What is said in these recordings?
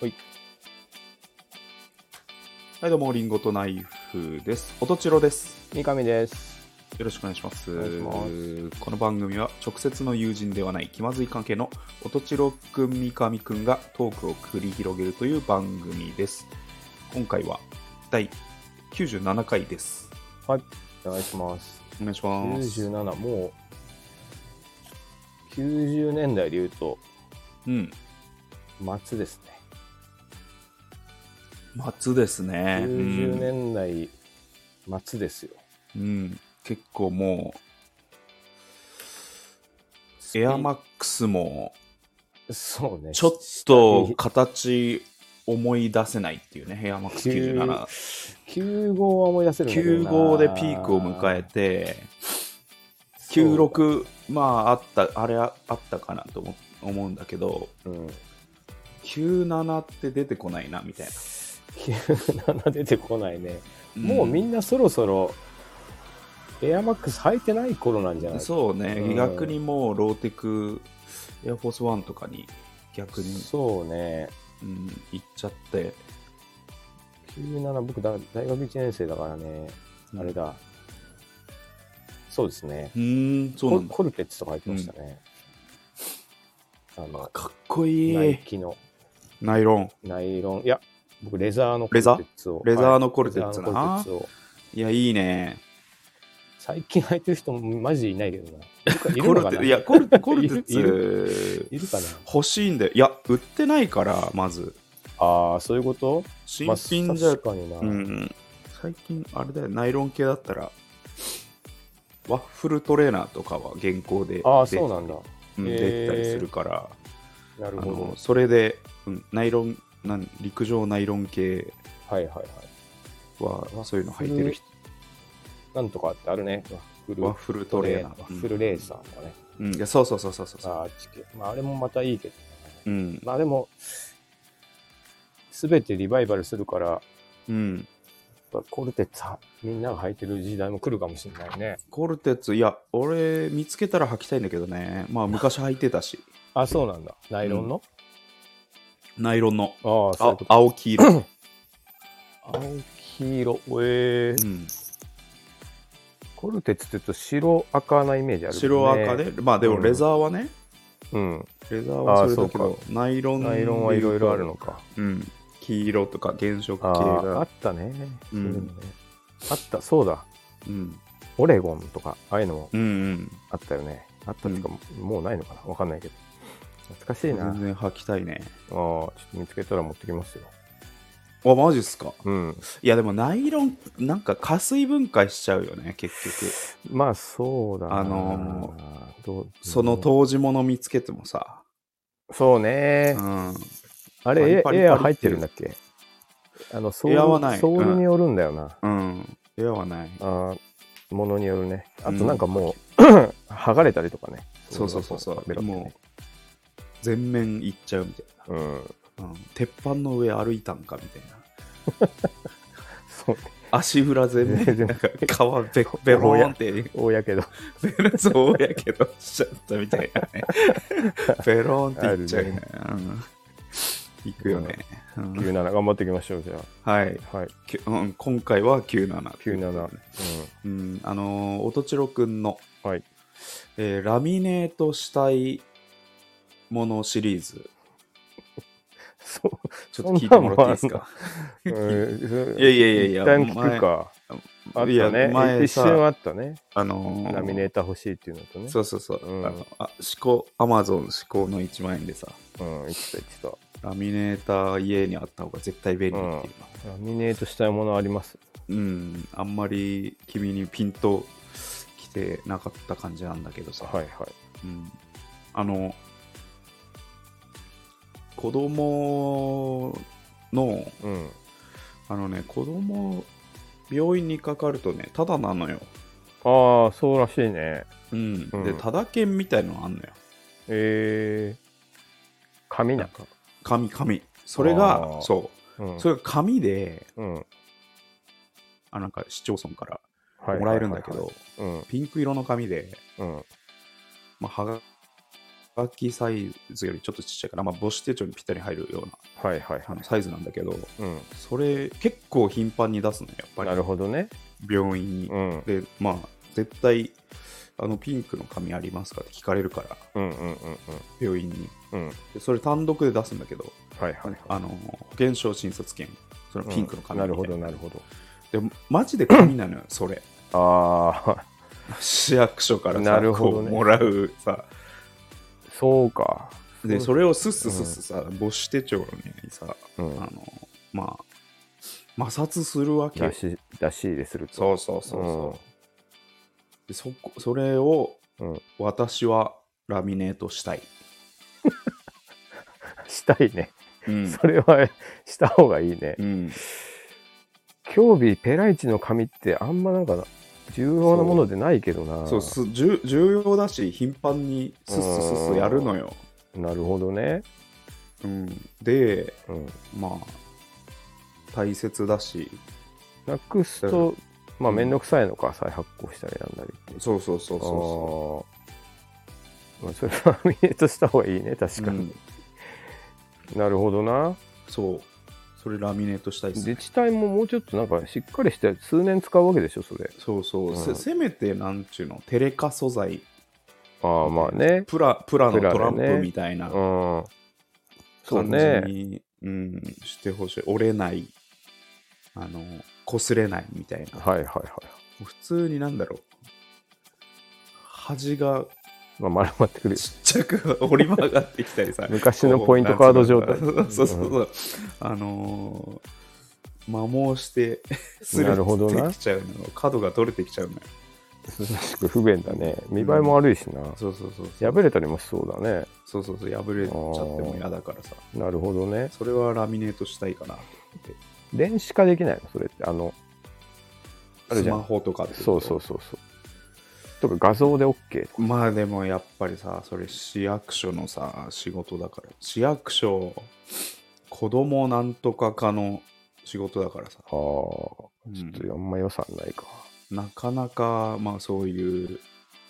はい。はい、どうも、リンゴとナイフです。おとちろです。三上です。よろしくお願いします。お願いしまこの番組は、直接の友人ではない気まずい関係のおとちろくん、三上くんがトークを繰り広げるという番組です。今回は、第97回です。はい。お願いします。お願いします。 97、もう、90年代で言うと、うん。末ですね。松ですね。 90年代末ですよ。うん。うん。結構もう、エアマックスも、そうね。ちょっと形思い出せないっていうね、ヘアマックス97。 95は思い出せるんだけどな95でピークを迎えて、96、まあ、あった、あれあったかなと思思うんだけど、そううん。 97って出てこないな、みたいな。 97出てこないね。もうみんなそろそろ、エアマックス履いてない頃なんじゃないそうね、うん逆にもうローテク、エアフォースワンとかに逆に、そうね。うん、行っちゃって、 97僕だ大学1年生だからね、あれだそうですねうーん、そうコなんだ。コルペッツとか入ってましたね、あのかっこいナイい。キのナイロン。ナイロンいや僕レザーのコレルザーペッツをレザーはいのコルテッツレザーのコなル。ペッツをいや、いいね。最近履いてる人もマジでいない けどないコるのルかなテいやコルテコルテいツいるかな欲しいんだよいや売ってないからまずああそういうこと新品じゃ、まあ、確かにな、うん最近あれだよナイロン系だったらワッフルトレーナーとかは現行でああでそうなんだうんへー出たりするからなあるほのどそれで、うんナイロンなん陸上ナイロン系はいはいはいはワッフルそういうの履いてる人なんとかってあるねワッフルワッフルトレーナーワッフルレーサーとかね、うんうんいやそうそうそうそうそうそうあー地形まあ、あれもまたいいけど、うんまあでも、すべてリバイバルするから、うんコルテッツはみんなが履いてる時代も来るかもしれないね。コルテツいや俺見つけたら履きたいんだけどねまあ昔履いてたしあ、そうなんだ。ナイロンの、ナイロンのああ、そういうあこと。青黄 色、青黄色。えーうん、コルテッツって言うと白赤なイメージある、白赤で、。まあでもうんレザーはね、うん。レザーはそれだけあーどナイロンナイロンはいろいろあるのか。うん黄色とか原色系ああ、あがったね。うそういんうのねあった、そうだ。うんオレゴンとか、ああいうのもうんうんあったよね。あったっていうか、もうないのかなわかんないけど。懐かしいな。全然履きたいねああ、ちょっと見つけたら持ってきますよ。あマジっすかうん。いやでもナイロンなんか加水分解しちゃうよね結局まあ、そうだな。あのどうその当時もの見つけてもさ、そううね。ん、あれ、パエリパリエアパリ入っってていうるんだっけあの、ソーエルアはないソールによるんだよな。うん絵はないあーものによるね。あとうんなんかもう、 剥がれたりとかね。そうそうそうそうベロッともねう全面いっちゃうみたいなうん。うん、鉄板の上歩いたんかみたいなそう。足裏全 全面然なんか皮ベベローンって大やけど。ベルゾーやけどしちゃったみたいなねベローンっていっちゃうよねうんいくよね、うん97、頑張っていきましょう、じゃはい、あ。はい。きゅうん、今回は97 97。うん。うんあのー、おとちろくんの、はい。えーラミネートしたいものシリーズ そう。ちょっと聞いてもらっていいですかうんいやいやいやいや一旦聞くか。あったいやね。前一瞬さあったね。あのーラミネーター欲しいっていうのとね。そうそうそう、うんあのあ思考アマゾン思考の1万円でさうん、言ってた言ってた。ラミネーター家にあった方が絶対便利っていうの、ラミネートしたいものあります。うん、あんまり君にピンときてなかった感じなんだけどさ、はいはうい。ん、あの子供のうん。あのね子供病院にかかるとねただなのよ、ああ、そうらしいね。うんうんでただ券みたいのがあんのよえー、紙な。紙紙それあがーそうんうそれが紙でうん。あなんか市町村かはらいもらえるんだけど、うん。ピンク色の紙で、うん。まあ、はがバーキーサイズよりちょっとちっちゃいから、まあ、母子手帳にぴったり入るようなはいはいあはいの。サイズなんだけど、うん。それ結構頻繁に出すね、やっぱり。なるほどね。病院に。うん。で、まあ、絶対、あの、ピンクの紙ありますかって聞かれるから、うんうんうん病院に。うん。うん。でそれ単独で出すんだけど、はいはい。あの、保険証診察券、そのピンクの紙なみるたいほどなるほど。で、マジで紙なのよ、それ。あ市役所からなさ、るほこどうねもらうさ、あ、 そうか。で、そうそれをスッスッスッスさ、母子手帳にさ、うんあ。の、まあ、摩擦するわけよ出。し、出し入れすると。そうそうそうそう、でそこ。それをうん。うん。私はラミネートしたい。したいね。うんそれはした方がいいね。うん、興味ペライチの紙ってあんまなんか重要なものでないけどなそうす重重要だし頻繁にスッスッスッスやるのよ、なるほどね、うん、でうん、まあ大切だしなくすと、まあうん面倒くさいのか再発行したりなんだりっていうそうそうそうそあーまあそれは見えとした方がいいねうそ確う、かうにん、なるほどなそうそれラミネートしたいです自ね治体ももうちょっとなんかしっかりして数年使うわけでしょそれそうそう、うんせせめてなんちゅうのテレカ素材ああまあねプラプラのプラでトねランプみたいうんなそう感じねに、うん、してほしい折れないあの擦れないみたいなはいはいはい、普通になんだろう端がまあ、丸まってくるちっちゃく折り曲がってきた りさ昔のポイントカード状態こうなんつうのそうそうそう、あのー摩耗してすれなるほどなてきちゃうの角が取れてきちゃうのよ涼しく不便だね見栄えも悪いしな、そうそうそうそう破れたりもしそうだねそうそうそう破れちゃっても嫌だからさなるほどねそれはラミネートしたいかなと電子化できないのそれってあのあるスじゃんマホとかってことそうそうそうそうとか画像で OK とかまあでもやっぱりさそれ市役所のさ仕事だから市役所子供なんとかかの仕事だからさ、ああちょうんっとあんま予算ないか、なかなかまあそういう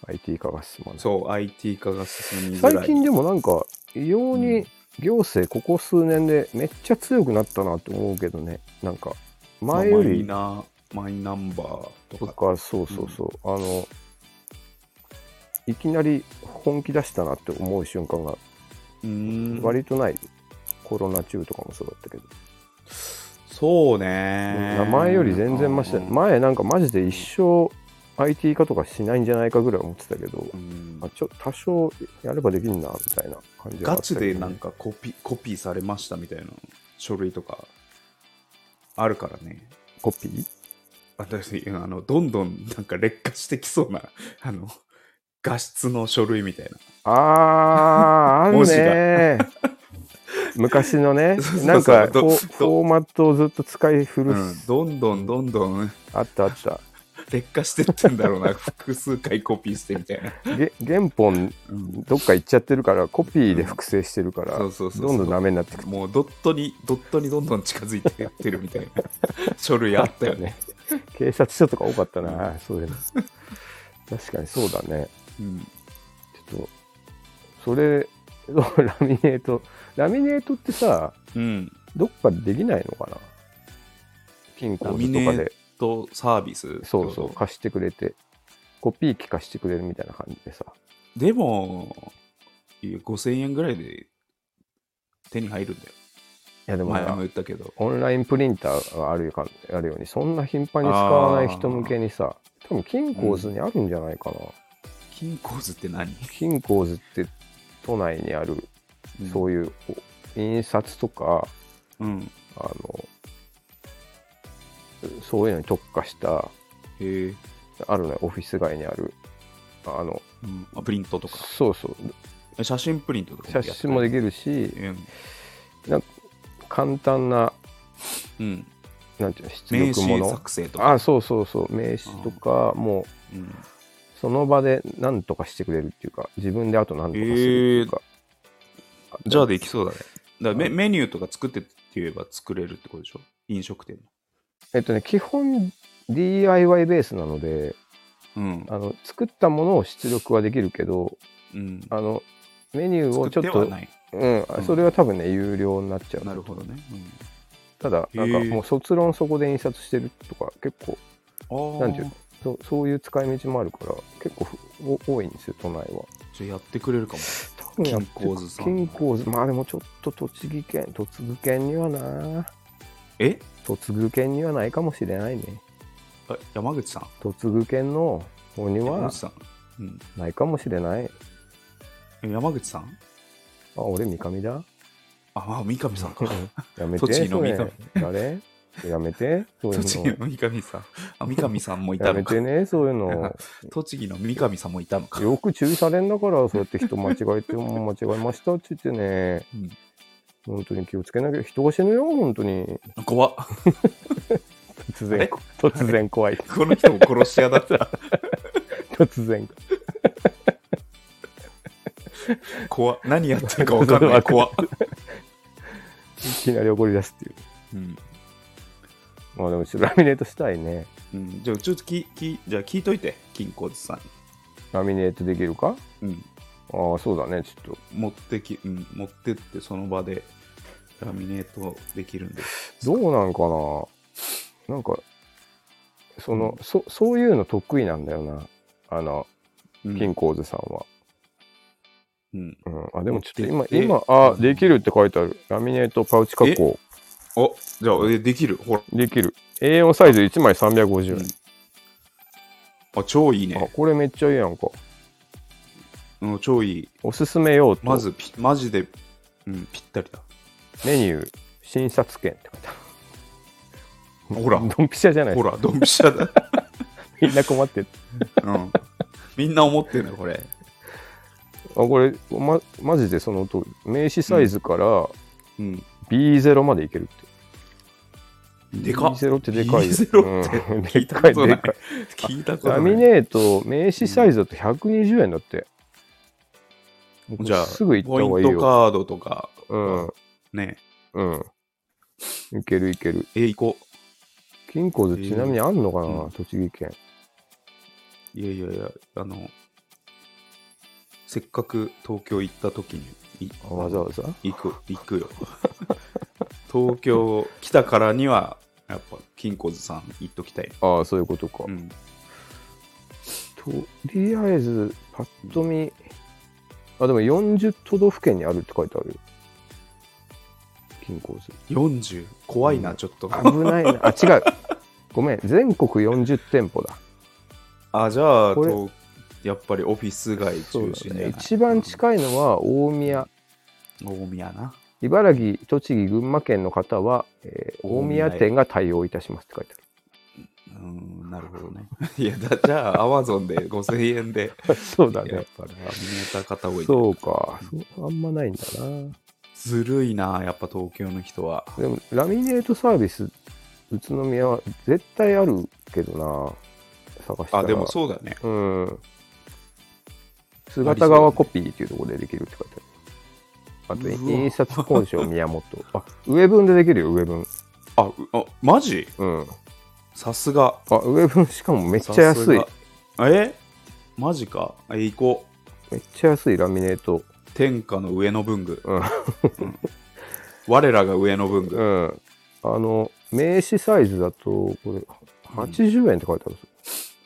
IT 化が進まないそう IT 化が進みづらい最近でもなんか異様うにん行政ここ数年でめっちゃ強くなったなって思うけどねなんかまあ前よマイりナマイナンバーととかかそうそうそう、あのいきなり本気出したなって思う瞬間がうーん割とない、コロナ中とかもそうだったけどそうね名前より全然ましうたん前なんかマジで一生 IT 化とかしないんじゃないかぐらい思ってたけど、うんあちょ多少やればできんなみたいな感じがガあったけチどでなんかコピコピーされましたみたいな書類とかあるからねコピー私あのどんどんなんか劣化してきそうな あの画質の書類みたいあーあ文る字ね 昔のねそうそうそうなんかどフォどフォーマットをずっと使いな、古す、うん、どんどんどんどんあったあった劣化してってんだろうな 複数回コピーしてみたいな、げ原本うん、どっか行っちゃってるからコピーで複製してるかそら、うそうそうそうどんどんダメになってくるもうドットにドットにどんどん近づいてってるみたいな 書類あったよね、警察署とか多かったな、そういうの確かにそうだねうん、ちょっとそれ ラミネートラミネートってさうん、どっかでできないのかな金庫とラミネかーでとサービスそうそう貸してくれてコピー機貸してくれるみたいな感じでさでもいや5000円ぐらいで手に入るんだよいやでも前なも言ったけどオンラインプリンターがあるかあるようにそんな頻繁に使わない人向けにさ多分金庫図にあるんじゃないかな、 金庫図って何、金庫図って都内にあるそいういうこう印刷とかうん、うん、あのそういうのに特化したへえあるねオフィス街にあるあのうん、あプリントとかそうそうえ写真プリントとか写真もできるしる、うん簡単なうん、なんていうの出名力も刺の作成とかあそうそうそう名刺とかもううん、その場で何とかしてくれるっていうか自分であと何とかするっていうか、じゃあできそうだねだからメうメニューとか作ってって言えば作れるってことでしょ飲食店えっとね基本 DIY ベースなのでのうんあの作ったものを出力はできるけどうんあのメニュー作をっちょてっはとない。うんうん、それは多分ね、有料になっちゃう。なるほどね。うんただ、なんかへえもう卒論そこで印刷してるとか、結構、あーなんていうのそうそういう使い道もあるから、結構ふお多いんですよ、都内は。じゃあやってくれるかも。多分やって金光図さん金光図まあでもちょっと栃木県、栃木県にはな、え栃木県にはないかもしれないね。あ山口さん栃木県の方に山は口さん、うんないかもしれない。え、山口さんあ、俺、三上だ。あ、まあ、三上さんか。やめて。栃木のそれ三誰やめて。そういう 栃の木の三上さん。あ、三上さんもいやためのかて。ね、そういう の。栃木の三上さんもいたのか。 よく注意されんだから、そうやって人間違えて、 もう間違えましたって言ってね、うん本当に気をつけなきゃ、人が死ぬよ、本当に。怖っ。突あれ然、突然怖い。この人も殺し屋だった。突然。怖っ。何やってるか分かん ない。怖っ。いきなり怒り出すっていう。うんまあでも、ラミネートしたいね。うん、じゃあ、ちょっとききじゃあ聞いといて、金庫さんラミネートできるかに。うん、ああ、そうだね、ちょっと。持ってき、うん、持ってって、その場でラミネートできるんです。どうなんかななんか、その、そ、そういうの得意なんだよな。あの、うん、金光図さんは。うん。うん、あでもちょっと今、で今、あ、できるって書いてある。ラミネートパウチ加工。おじゃあ、えできる。ほら。できる。A4 サイズ1枚350円。あ、超いいあね。これめっちゃいいやんか。うん、超いい。おすすめ用途、まずピ、マジで、うん、ぴったりだ。メニュー、診察券って書いてある。ほらドンピシャじゃないでほ、すからドンピシャ だ。みんな困ってる。うん。みんな思ってんのよ、これ。あ、これ、ま、マジでその通り。名刺サイズからうん。 B0 までいけるって。でかっ B0 ってでかいよ。 B0 ってうん聞でいたかこい、とでないかい。聞いたことなラい。ミネート、名刺サイズだと120円だって。じゃあ、すぐ行ったポイ方がンいいトよ。カードとか、うん。ね。うん。いけるいける。え、行こ金庫図ちなみにあんのかな、うん栃木県。う。いやいやいや、あの、せっかく東京行った時に、いわざわざ。行く、行くよ。東京来たからには、やっぱ、金庫図さん行っときたい。ああ、そういうことか。うん。とりあえず、パッと見、あ、でも40都道府県にあるって書いてあるよ。金庫図。 40、怖いな、ちょっと。危ない な。あ、違う。ごめん。全国40店舗だ。あ、じゃあ、これとやっぱりオフィス街中心じゃない一番近いのは大宮。大宮な。茨城、栃木、群馬県の方は、えー大宮店が対応いたしますって書いてうーん、なるほどね。 いや、だじゃあ、アマゾンで5000円で、ある。そうだやっね。ぱラミネーター片多いね。そうか。そうあんまないんだな。ずるいな、やっぱ東京の人は。でも、ラミネートサービス、宇都宮は絶対あるけどな。探したら。あ、でもそうだね。う。ん。姿川コピーっていうところでできるって書いてある。あと、うわ印刷工場宮本。 あ、ウェブンでできるよ、ウェブン。あ、うあマジうん。さすが。あ、ウェブンしかもめっちゃさ安すいが。。えマジか。え、行こう。めっちゃ安いラミネート。天下の上の文具。うん。我らが上の文具。うん。あの、名刺サイズだと、これ、80円って書いてあるんです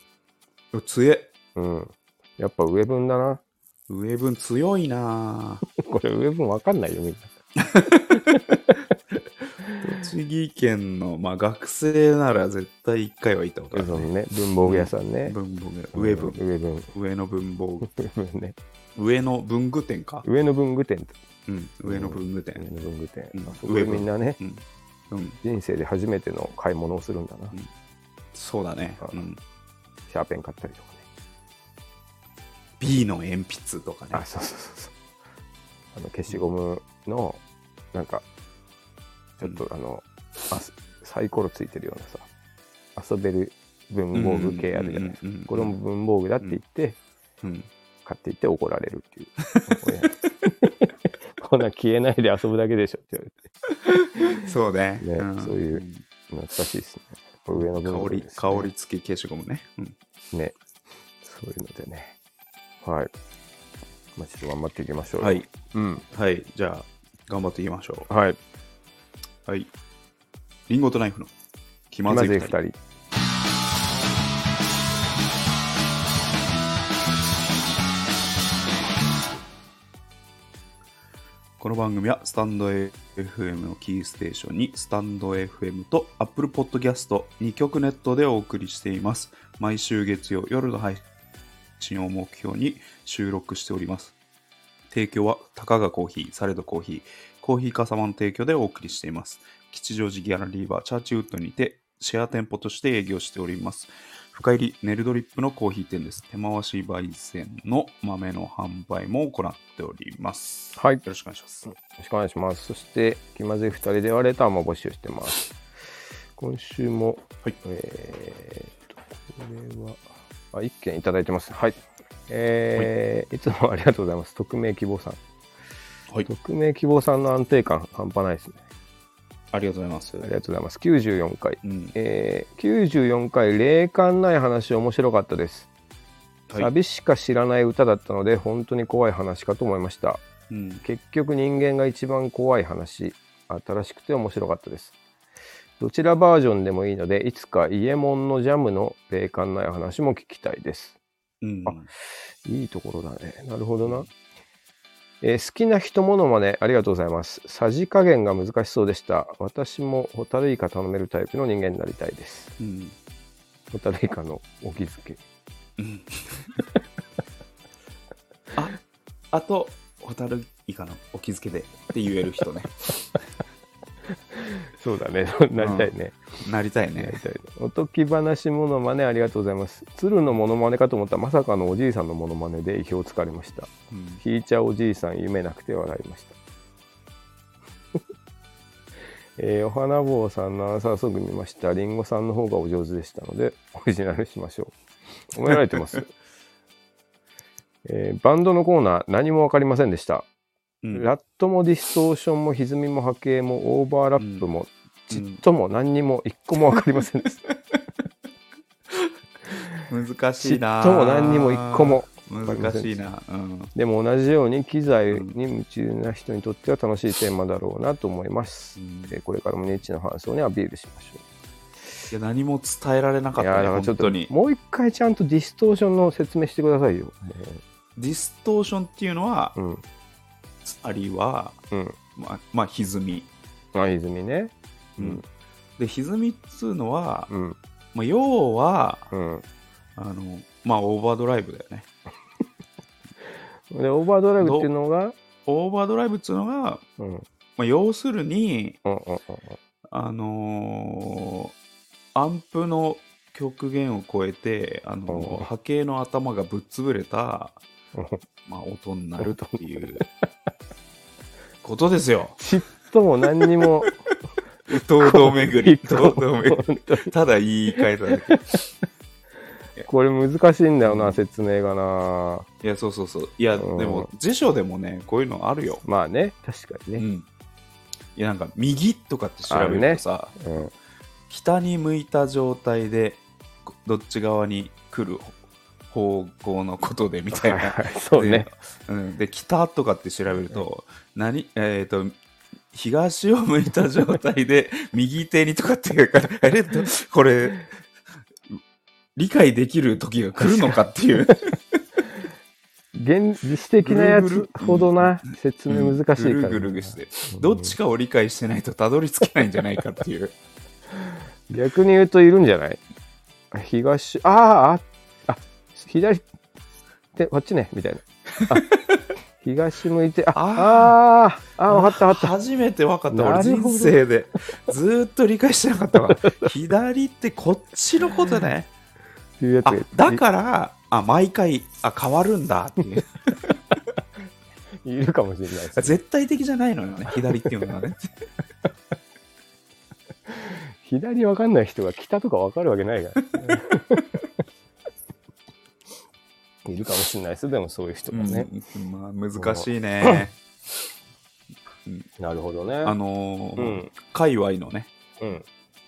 よ。強え。うん。やっぱウェブンだな。 上文強いな。これ、ウェブンわかんないよ、みんな。 栃木県の、まあ、学生なら絶対一回は行ったことあウェブる。ンね。文房具屋さんね。文房具。上ウ文。ェブン。ウ上の文房具。ェブンね。上の文具店か。上野文具店って。うん、上の文具上店。野文具店うん。あそこでみんなね、うん。うん、人生で初めての買い物をするんだな。そうだね。うん。シャーペン買ったりとかね。 B の鉛筆とかね。あ、そうそうそうそう。あの、消しゴムの、なんか、ちょっとあの、あすサイコロついてるようなさ、遊べる文房具系あるじゃないですか。うんうんうんうんこれも文房具だって言って、うん。買っていって怒られるっていう。 こんな消えないで遊ぶだけでしょって言われそうね。ねんそういうて。懐かしいですね。これ上の香文具りです、香り付き消しゴムね。うんね。そういうのでね。はい。まあ、ちょっと頑張っていきましょうよはい。うんはい。じゃあ、頑張っていきましょはいう。はい。リンゴとナイフの気ままずいずい二2人。人この番組はスタンド FM のキーステーションにスタンド FM と Apple Podcast 二曲ネットでお送りしています。毎週月曜夜の配信を目標に収録しております。提供はたかがコーヒー、サレドコーヒー、コーヒーかさまの提供でお送りしています。吉祥寺ギャラリーはチャーチウッドにてシェア店舗として営業しております。深入りネルドリップのコーヒー店です。手回し焙煎の豆の販売も行っております。はいよろしくお願いします。よろしくお願いします。そして、気まずい2人ではレターも募集してます。今週も、はいえー、と、これは、あ、1件いただいてます。はい。えーい、つもありがとうございます。匿名希望さん。はい、匿名希望さんの安定感、半端ないですね。ありがとうございます。ありがとうございます。94回。うん、えー、94回、霊感ない話、面白かったです。はいサビしか知らない歌だったので、本当に怖い話かと思いました。うん、結局人間が一番怖い話新しくて面白かったですどちらバージョンでもいいのでいつか伊右衛門のジャムの霊感ない話も聞きたいですうん、あいいところだねなるほどな、えー好きな人ものまねありがとうございますさじ加減が難しそうでした私もホタルイカ頼めるタイプの人間になりたいですうん、ホタルイカのお気づけうん。あ、あと、ホタルイカのお気づけでって言える人 ね。そうだね なりたいね、なりたいやりね。たいおとき話ものまねありがとうございます。鶴のものまねかと思ったらまさかのおじいさんのものまねで意表をつかれました。うん、ひいちゃおじいさん夢なくて笑いました。 えーお花坊さんのアンサーソング見ました。りんごさんの方がお上手でしたのでオリジナルしましょう。褒められてます。えーバンドのコーナー何も分かりませんでした。うん、ラットもディストーションも歪みも波形もオーバーラップもうちんっとも何にも一個も分かりませんでした。難ち しっいな。とも何にも一個。も。難しいな。うん、でも同じように機材に夢中な人にとっては楽しいテーマだろうなと思います。うんえーこれからもニッチの伴奏にアピールしましょいや、何も伝えられなう。かったね、だからち本ょっと当に。もう一回ちゃんとディストーションの説明してくださいよ。ディストーションっていうのはう、ん。つまりは、うん。まあ、まあ、歪み。あ、泉ね。うん。で、歪みっつうのは、うん。まあ、要は、うん。あの、まあ、オーバードライブだよね。で、オーバードライブっていうのが、オーバードライブっつうのが、うん。うんまあ、要するに、うんうんあのーアンプの極限を超えて、あのーうん波形の頭がぶっ潰れた、うん。。まあ、音になるっていうことですよ ちっとも何にも。堂々巡 り。こ堂々巡り。ただ言い換えただけ。これ難しいんだよな、説明がな。いや、そうそうそう。いや、でうんも、辞書でもね、こういうのあるよ。まあね、確かうにね。ん。いや、なんか、右とかって調べるとさ、うん。北に向いた状態でこどっち側に来る方向のことでみたいはいな。はいそうね。で。うん、で北とかって調べると何、えっと東を向いた状態 で右手にとかっていうからあれどこれ理解できる時が来るのかって いう。現実的なやぐるつぐるほどな説明難しいから、ぐるぐるぐるしてどっちかかを理解してないとたどり着けないんじゃないかっていう。逆に言うといるんじゃない東あーああ左手こっちねみたいなあ東向いてああーあ分かった分かった初めて分かったな俺るほど人生でずーっと理解してなかった わ左ってこっちのことねっていうやつあがだからあ毎回あ変わるんだっていういいるかもしれないです絶対的じゃないのよね左っていうのはね左分かんない人が北とか分かるわけないから、 いるかもしれないですでもそういう人もね、うんまあ、難しいねなるほどねあのーうん界隈のねうん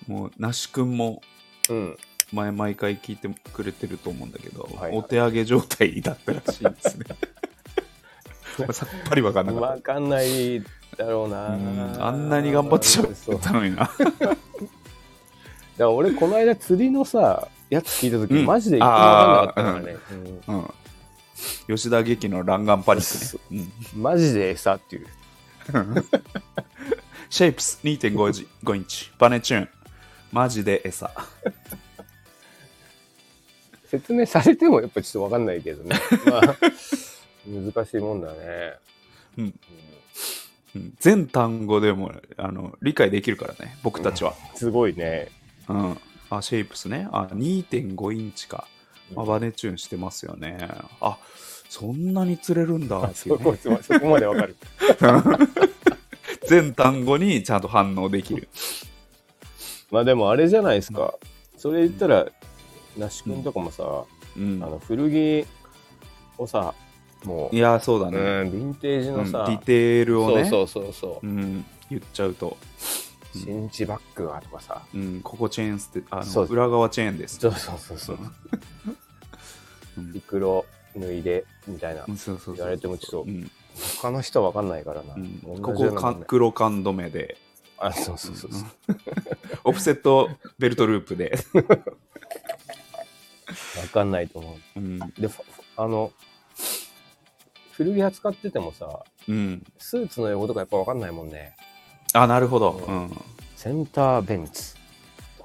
もう那須君もうん前毎回聞いてくれてると思うんだけど、はいはい お手上げ状態だったらしいんですねさっぱりわかんなかっわかんないだろうた。うんなあんなに頑張って喋そうっだてたのにな。から俺この間釣りのさやつ聞いた時、うんマジで一個もわかんなかったからね、うんうん。吉田劇の弾丸パニックね。うんマジで餌っていうシェイプス2.5インチ5インチ、バネチューン。マジで餌。説明されてもやっぱちょっとわかんないけど ね、まあ、難しいもんだねうんうん全単語でもあの理解できるからね、僕たちは。すごいねうん。あ、シェイプスね。あ、2.5インチか。まあ、バネチューンしてますよね。あ、そんなに釣れるんだっていそうね、 こそこまでわかる全単語にちゃんと反応できる。まあでもあれじゃないですかそれ言ったら那須君とかもさ、うんあ。の古着をさもういや、そうだうんね。ヴィンテージうのんデさ、ィテールをね、そうそうそうそうう、ん、言っちゃうと、新地バッグがとかさうん、ここチェーンスって、あそのう裏側チェーンです。そうそうそうそううんいくろ脱いでみたいなうんそうそうそう言われてもちょっとうん他の人は分かんないからな、うん同じこよこうなもんかね黒缶止めで、あそうそうそうそう、 オフセットベルトループで、 分かんないと思うんうでふあの古着扱っててもさうん、スーツの横とかやっぱ分かんないもんねあ、なるほど、ううんんセンターベンツ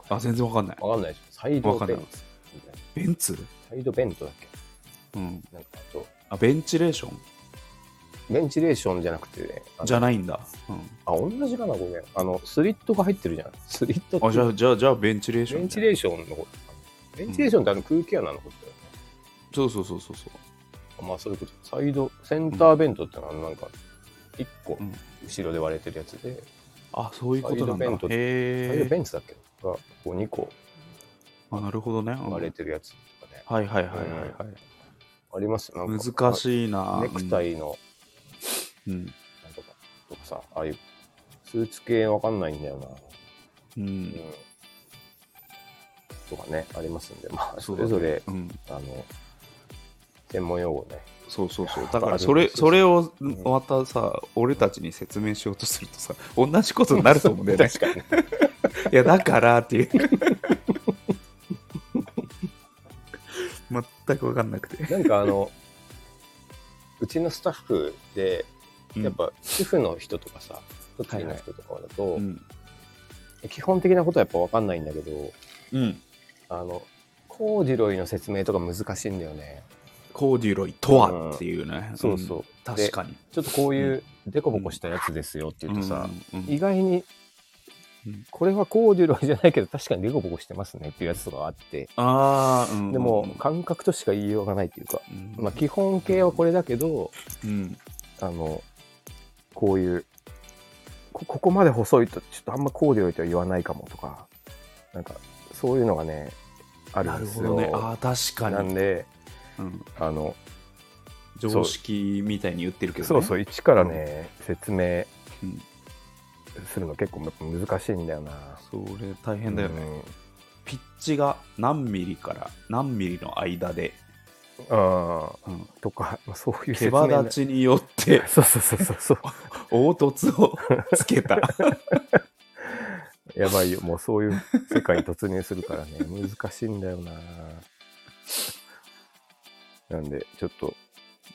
あ、全然わかんない。分かんないでしょサイドベンツみたいなベンツ、サイドベントだっけうん、なんかそうあベンチレーションベンチレーションじゃなくてねあのじゃないんだ。うんあ、同じかな、ごめん。あの、スリットが入ってるじゃん。スリットあじゃっあ、じゃあ、じゃあベンチレーシて、ョン。ベンチレーョン。ションのこと。ベンチレーションってあの空気穴のことだよね。そうそうそうそうそう。まあ、そういうこと。サイド、センターベントってのは、なんか、一個うん、後ろで割れてるやつで、あ、そういうことなんだサイドベント。サイドへベえ。ンツだっけが、こう2個あ、なるほどね。うん割れはいてるやつとかね。はいはいはいはい。ありますよ。なんか難しいな。ネクタイの、うん。なんとか、とかさ、ああいう、スーツ系わかんないんだよな。うん。ううんん。。とかね、ありますんで、まあ、そそうだれねぞれ、うん。あの、専門用語ね。そうそうそう。いやだかあらるそれ、そうそうそれをんまたさ、俺たちに説明しようとするとさ、同じことになると思うんだよね。 確かにね。いや、だからっていう。全く分かんなくて。なんかあの、うちのスタッフで、うんやっぱ主婦の人とかさ、栃木の人とかだと、うん。基本的なことはやっぱ分かんないんだけど、うん。あの、コーデュロイの説明とか難しいんだよね。コーデュロイとはっていうね。そうそう。うん。で確かに。ちょっとこういうデコボコしたやつですよって言うとさ、うん、うん意外にうん、これはコーデュロイじゃないけど確かにデコボコしてますねっていうやつとかがあって、ああ、うん。でも感覚としか言いようがないっていうか、うん、まあ基本形はこれだけど、うん。あの、こういう、こここまで細いと、ちょっとあんまコーデュロイとは言わないかもとか、なんか、そういうのがね、あるなんるですほよ。どね。ああ、確なかんに、で、うん。あの、常識みたいに言ってるけど、ね。そうそう、一からね、説明うんするの結構む難しいんだよな。それ大変だよね、うんピッチが何ミリから何ミリの間で、あうんあ、とか、 まあ、そういう毛説羽明な立ちによ って そうそうそうそうそう。凹凸をつけたやばいよ、もうそういう世界に突入するか らね、難しいんだよな。なんで、ちょっと、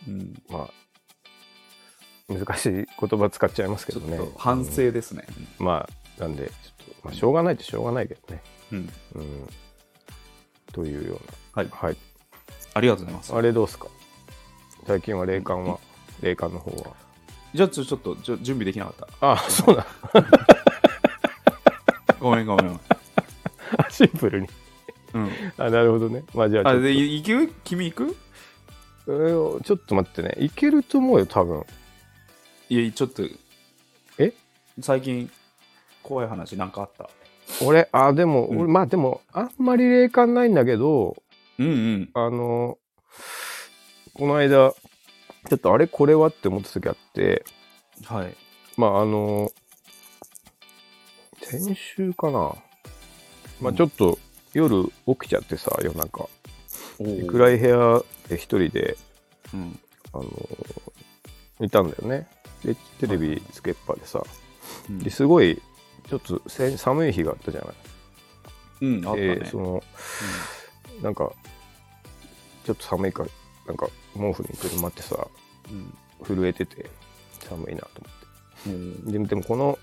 うんまあ、難しい言葉使っちゃいますけちょどっね。と反省ですね、うんまあ、なんで、ちょっと、まあ、しょうがないとしょうがないけどね。うん、うん。というよはいうな。はい。ありがとうございますあれどうすか最近は霊感は、霊感の方は。じゃあちょちょっとじょ準備できなかっああ、そうなたごめんごめん、の。 シンプルに。 うん、あ、なるほどね。まあ、じゃああちょっとでい行く君行くえーちょっと待ってね。いけると思うよ、多分。いやちょっとえ最近怖い話なんかあった俺、あ、でも、うん俺、まあ、でも、あんまり霊感ないんだけど、うんうんあの、この間、ちょっとあれこれはって思った時あって、はいまああの、先週かな。うまあんちょっと夜起きちゃってさ、夜中。おー暗い部屋で一人で、うんあの、いたんだよねでテレビつけっぱでさうんですごいちょっとせ寒い日があったじゃないうん、あったね。でそのなんかちょっと寒いからなんか毛布にくるまってさうん震えてて寒いなと思うんってででもこの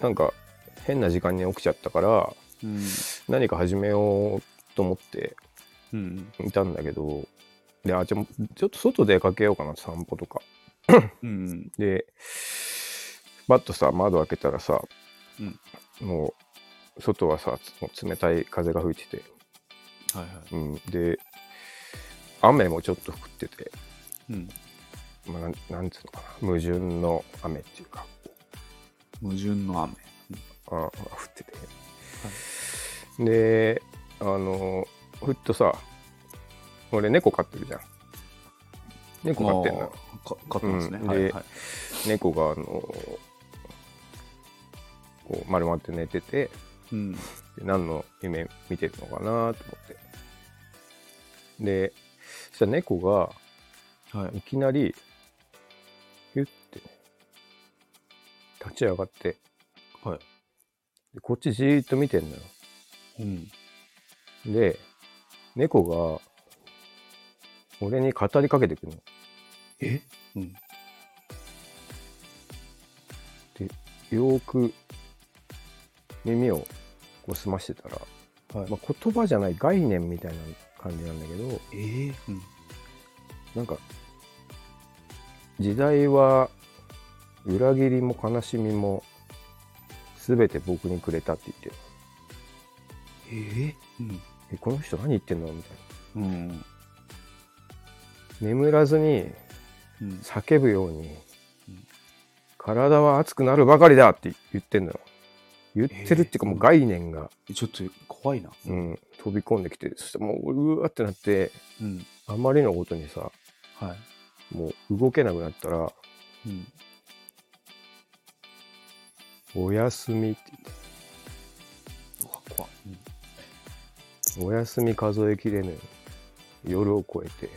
なんか変な時間に起きちゃったからうん何か始めようと思ってうんいたんだけどであじゃあちょっと外出かけようかな散歩とかうんでバッとさ窓開けたらさ、うんもう外はさもう冷たい風が吹いてて、はいはうん、で雨もちょっと降ってて、い。うんまあ、なんなんつうのかな矛盾の雨っていうか矛盾の雨。あ降ってて、であのふっとさ俺猫飼ってるじゃん猫飼ってんのあーか買ってますね。うんはいではい。猫があのこう丸まって寝ててうんで何の夢見てるのかなと思ってでそしたら猫がはいいきなりヒュッてね立ち上がってはでこっちじーっと見てんのよい。うんで猫が俺に語りかけてくるのえうんよーく耳をこう澄ましてたら、はいまあ、言葉じゃない概念みたいな感じなんだけどえーうんなんか時代は裏切りも悲しみも全て僕にくれたって言ってるえーうんえこの人何言ってんのみたいうんな眠らずにうん叫ぶようにうん体は熱くなるばかりだって言ってんのよ言ってるっていうかえーもう概念が、ちょっと怖いな。うん、飛び込んできてそしてもううわってなってうんあまりのことにさはもう動けなくなったらい。うん「おやすみ」って言っうわ怖い。うんて「おやすみ数えきれぬ夜を越えて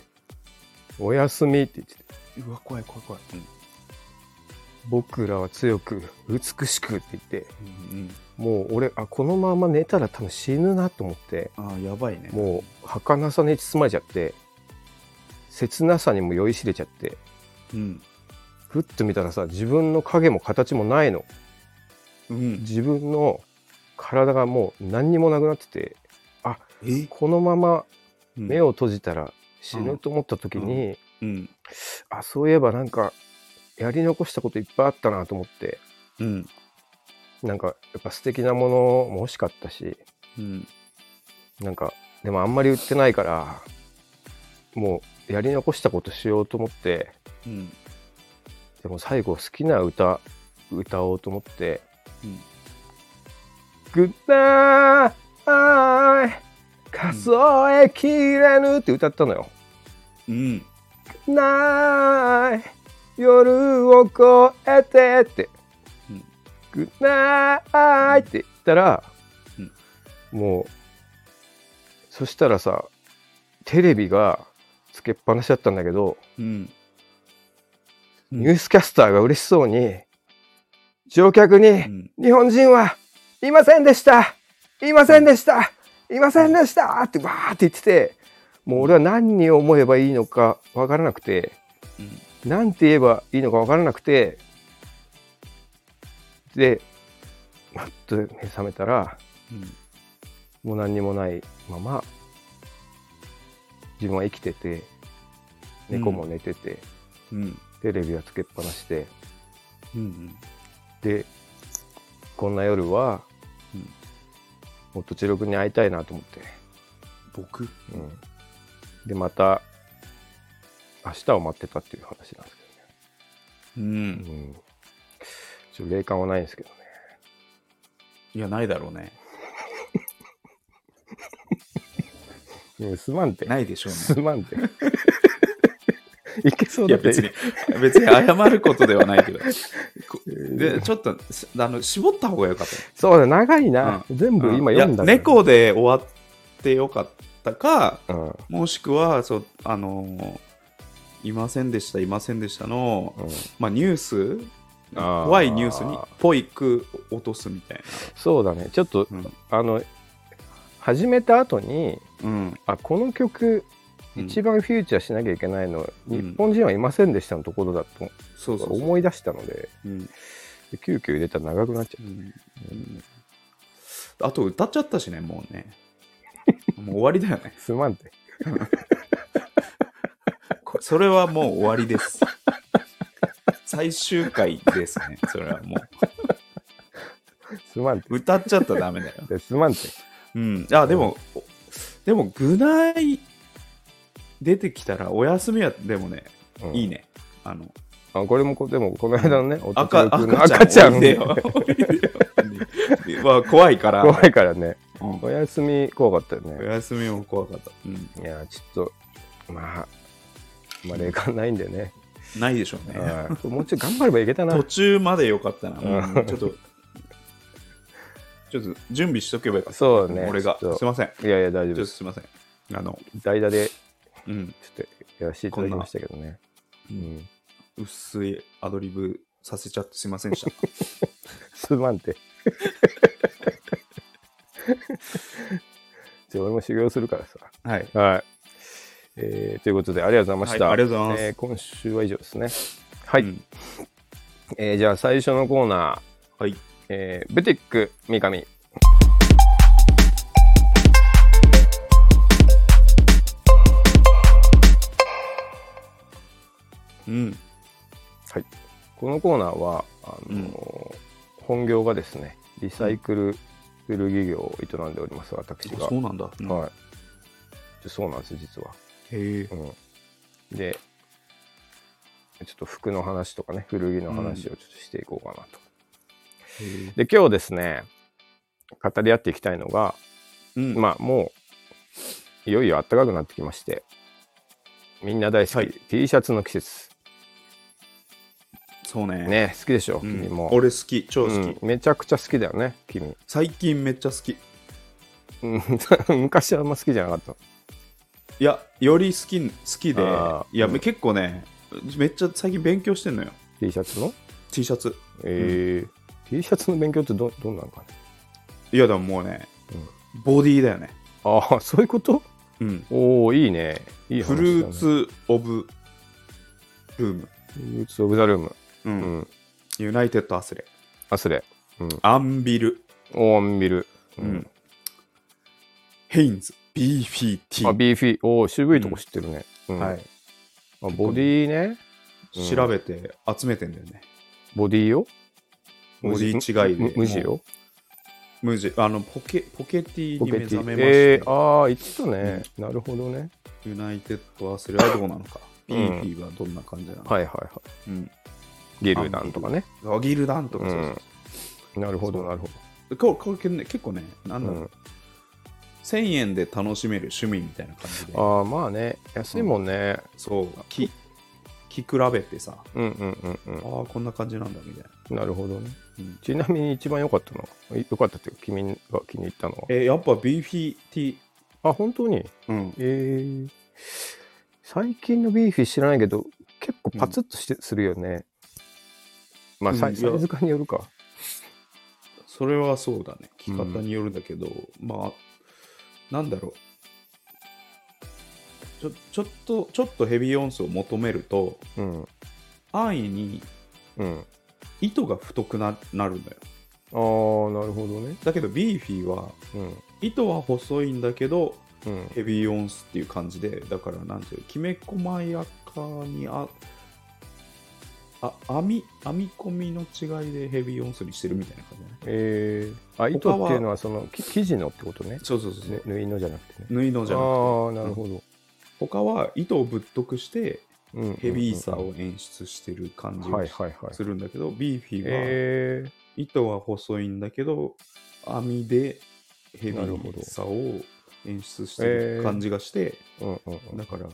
「おやすみ」って言っててうわ怖い怖い怖い。うん僕らは強く美しく」って言ってうんうんもう俺あこのまま寝たら多分死ぬなと思ってあーやばいね。もう儚さに包まれちゃって切なさにも酔いしれちゃってうんふっと見たらさ自分の影も形もないのうん自分の体がもう何にもなくなっててえこのまま目をを閉じたら死ぬと思った時に、うんあそういえばなんかやり残したこといっぱいあったなと思ってうんなんかやっぱ素敵なものも欲しかったしうんなんかでもあんまり売ってないからもうやり残したことしようと思ってうんでも最後好きな歌歌おうと思ってうん「グッナーイ数えきれぬ」って歌ったのよ。うんない夜を越えてって、うんグッナイって言ったら、うんもうそしたらさテレビがつけっぱなしだったんだけど、うんうんニュースキャスターが嬉しそうに乗客に、うん日本人はいませんでしたいませんでしたいませんでしたってわーって言っててもう俺は何に思えばいいのかわからなくてうん何て言えばいいのかわからなくてでパッと目覚めたらうんもう何にもないまま自分は生きてて猫も寝てて、うんテレビはつけっぱなしでうんでこんな夜は、うんもっと千代君に会いたいなと思って、僕うんでまた明日を待ってたっていう話なんですうけんどね、うん、ちょっと霊感はないんですけどねいやないだろうねうんすまんてないでしょうねす まんていけそういやだっ別てに別に謝ることではないけどこうんでちょっとすあの絞った方がよかったよそうだ長いな、全部今読んだいからや猫で終わってよかったかうんもしくはそうあのーいませんでした、いませんでしたの、うんまあ、ニュース、あー怖いニュースに、ぽいく落とすみたいそうだねちょっと、うんあの始めた後にな。うん。あこの曲うん一番フューチャーしなきゃいけないの、うん日本人はいませんでしたのところだとそうそうそう。思い出したのでうんで急遽入れたら長くなっちゃうんうんあと、歌っちゃったしね、もうね。もう終わりだよね。うすまんってこそれはもう終わりです。最終回ですね、それはもすまんってう。歌っちゃったらダメだよ。ですまんってうん。あ、でも、でも、ぐない出てきたら、お休みは、でもね、うんいいね。あの、あこれもこでもこの間のねおと赤といの赤ちゃん赤おいでよ。でおいでよまあ、怖いから、 怖いからねうんお休み怖かったよおね休みも怖かった。うん。いやちょっとまあまあ霊感ないんでね、ないでしょうね。あーもうちょっと頑張ればいけたな途中まで良かったな。うんうんちょっと、ちょっと準備しとけばよかった。そう ね俺が。ちょっとすいません。いやいや大丈ちょっ夫でとすすいません。あの、代打でうん、ちょっとやらせていただきましたけどねこうんなん薄いアドリブさせちゃってすいませんでした。すまんって じゃあ俺も修行するからさはい。 はい、えーということでありがとうございました、はいありがとうございますえー今週は以上ですねはい、うんえーじゃあ最初のコーナーはい。えーブティック三上うん。このコーナーはあのー本業がですねリサイクル古着業を営んでおります私が、そうなんだ。うんはいでそうなんです実は、へえ。うん、でちょっと服の話とかね古着の話をちょっとしていこうかなと、で今日ですね語り合っていきたいのが、うん。まあもういよいよ暖かくなってきましてみんな大好き、はい T シャツの季節そうね。ね好きでしょ、う君んも俺好き。超好うんき。めちゃくちゃ好きだよね君最近めっちゃ好き。いうん 昔はあんま好きじゃなかったや、より好き、好きであー。いや、うん結構ね、めっちゃ最近勉強してんのよ。 T シャツの T シャツ。えー T シャツの勉強ってどどんなのかねいや、でももうね、ボディだよね。ああそういうことうん。おおいいねいい話フだねルーツ・オブ・ルーム。フルーツオブザルームう。うんんユナイテッド・アスレ。アスレうんアンビル。オーンビルううんヘインズ。BFT。あ BF おお渋いとこ知ってるねうんはい。あボディねうん調べて集めてんだよね。ボディよボディ違いでむ無地よ無地あのポケポケティポにケ目テ覚めまィした、えーああ言ってたねなるほどねユナイテッド・アスレはどうなのか。うん BP はどんな感じなのか。はいはいはいうん。ゲルダンとかねアギルダンとか、うんそうそうなるほどなるほそうこれこれ結構ね結構ね、なんだどろう、うん1000円で楽しめる趣味みたいな感じで、ああまあね安いもんねそう、き着比べてさ、うんうんうんうんああ、こんな感じなんだみたいな。なるほどね。うんちなみに一番良かったのは、い良かったっていうか、君が気に入ったのは。えーやっぱ BPT、あ、本当にうん、えー、最近のビーフィー知らないけど、結構パツッとして、するよね。まあ、サうんイいやサイズ感によるか。それはそうだね。着方によるんだけど、まあ、なんだろう。ちょちょっと、ちょっとヘビー音素を求めると、うん。安易にうん。糸が太くななるんだよ。あー、なるほどね。だけど、ビーフィーは、うん。糸は細いんだけど、うん。ヘビー音素っていう感じで、だから、なんていうのきめ細やかにあ、あ編み編み込みの違いでヘビー音素にしてるみたいな感じだね。えー、あ、他は糸っていうのは、その、き生地のってことね。そうそうそうそう、ぬ縫いのじゃなくてね。縫いのじゃなあくて。ー、なるほど。他は糸をぶっとくしてうんうんうんヘビーさを演出してる感じはいがはいはい。するんだけど、ビーフィーはえー、糸は細いんだけど、網でヘビなるほどーさを演出してる感じがして、うんうんうん。あ、だなるから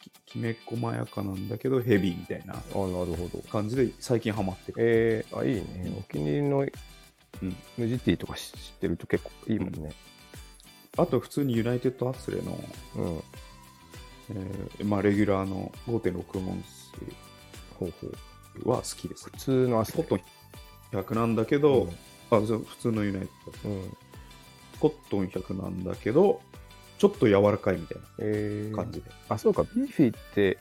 ききめ細やかなんだけどヘビーみたいなほど。感じで最近ハマってる。えー、あいいねお気に入りのうんムジティとか知ってると結構いいもんねあと普通にユナイテッドアスレのうんえーまあ、レギュラーの5.6オンス方法は好きです。普通のアスコットン100なんだけど、あそう普通のユナイトだうん。コットン100なんだけど、ちょっと柔らかいみたいえなー感、じで。あ、そうか、ビーフィーって、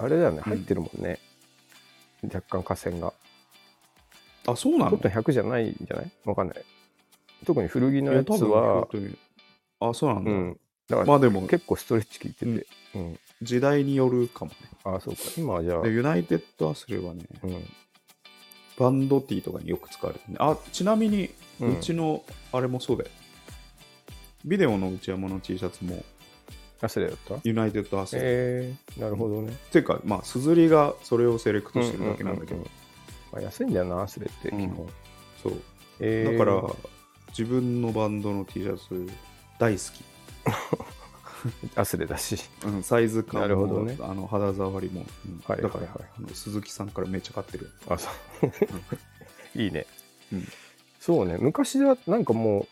あれだよね、入ってるもんね。若干河川が。あ、そうなコッのトン100じゃないんじゃないわかんない。特に古着のいややつ多分は、本当にあ、そうなんうだ。ん。だから、まあでも、結構ストレッチ効いてて。うん。時代によるかもね。あ、そうか。今はじゃあ、で、ユナイテッドアスレはね、うん。バンドティーとかによく使われてね。あ、ちなみに、ううんちの、あれもそうだよ。ビデオの内山の T シャツも、アスレだったユナイテッドアスレ。えー、なるほどね。っていうか、まあ、すずりがそれをセレクトしてるだけなんだけど、うううんまあ、安いんだよな、アスレって、基うん本。そう。えーだから、自分のバンドの T シャツ大好き。アスレだし。うん、サイズ感もなるほどねあの肌触りも、うんはいだから、はいはいあの鈴木さんからめっちゃ買ってる。あ、そう。 いいね。うんそうね、昔はなんかも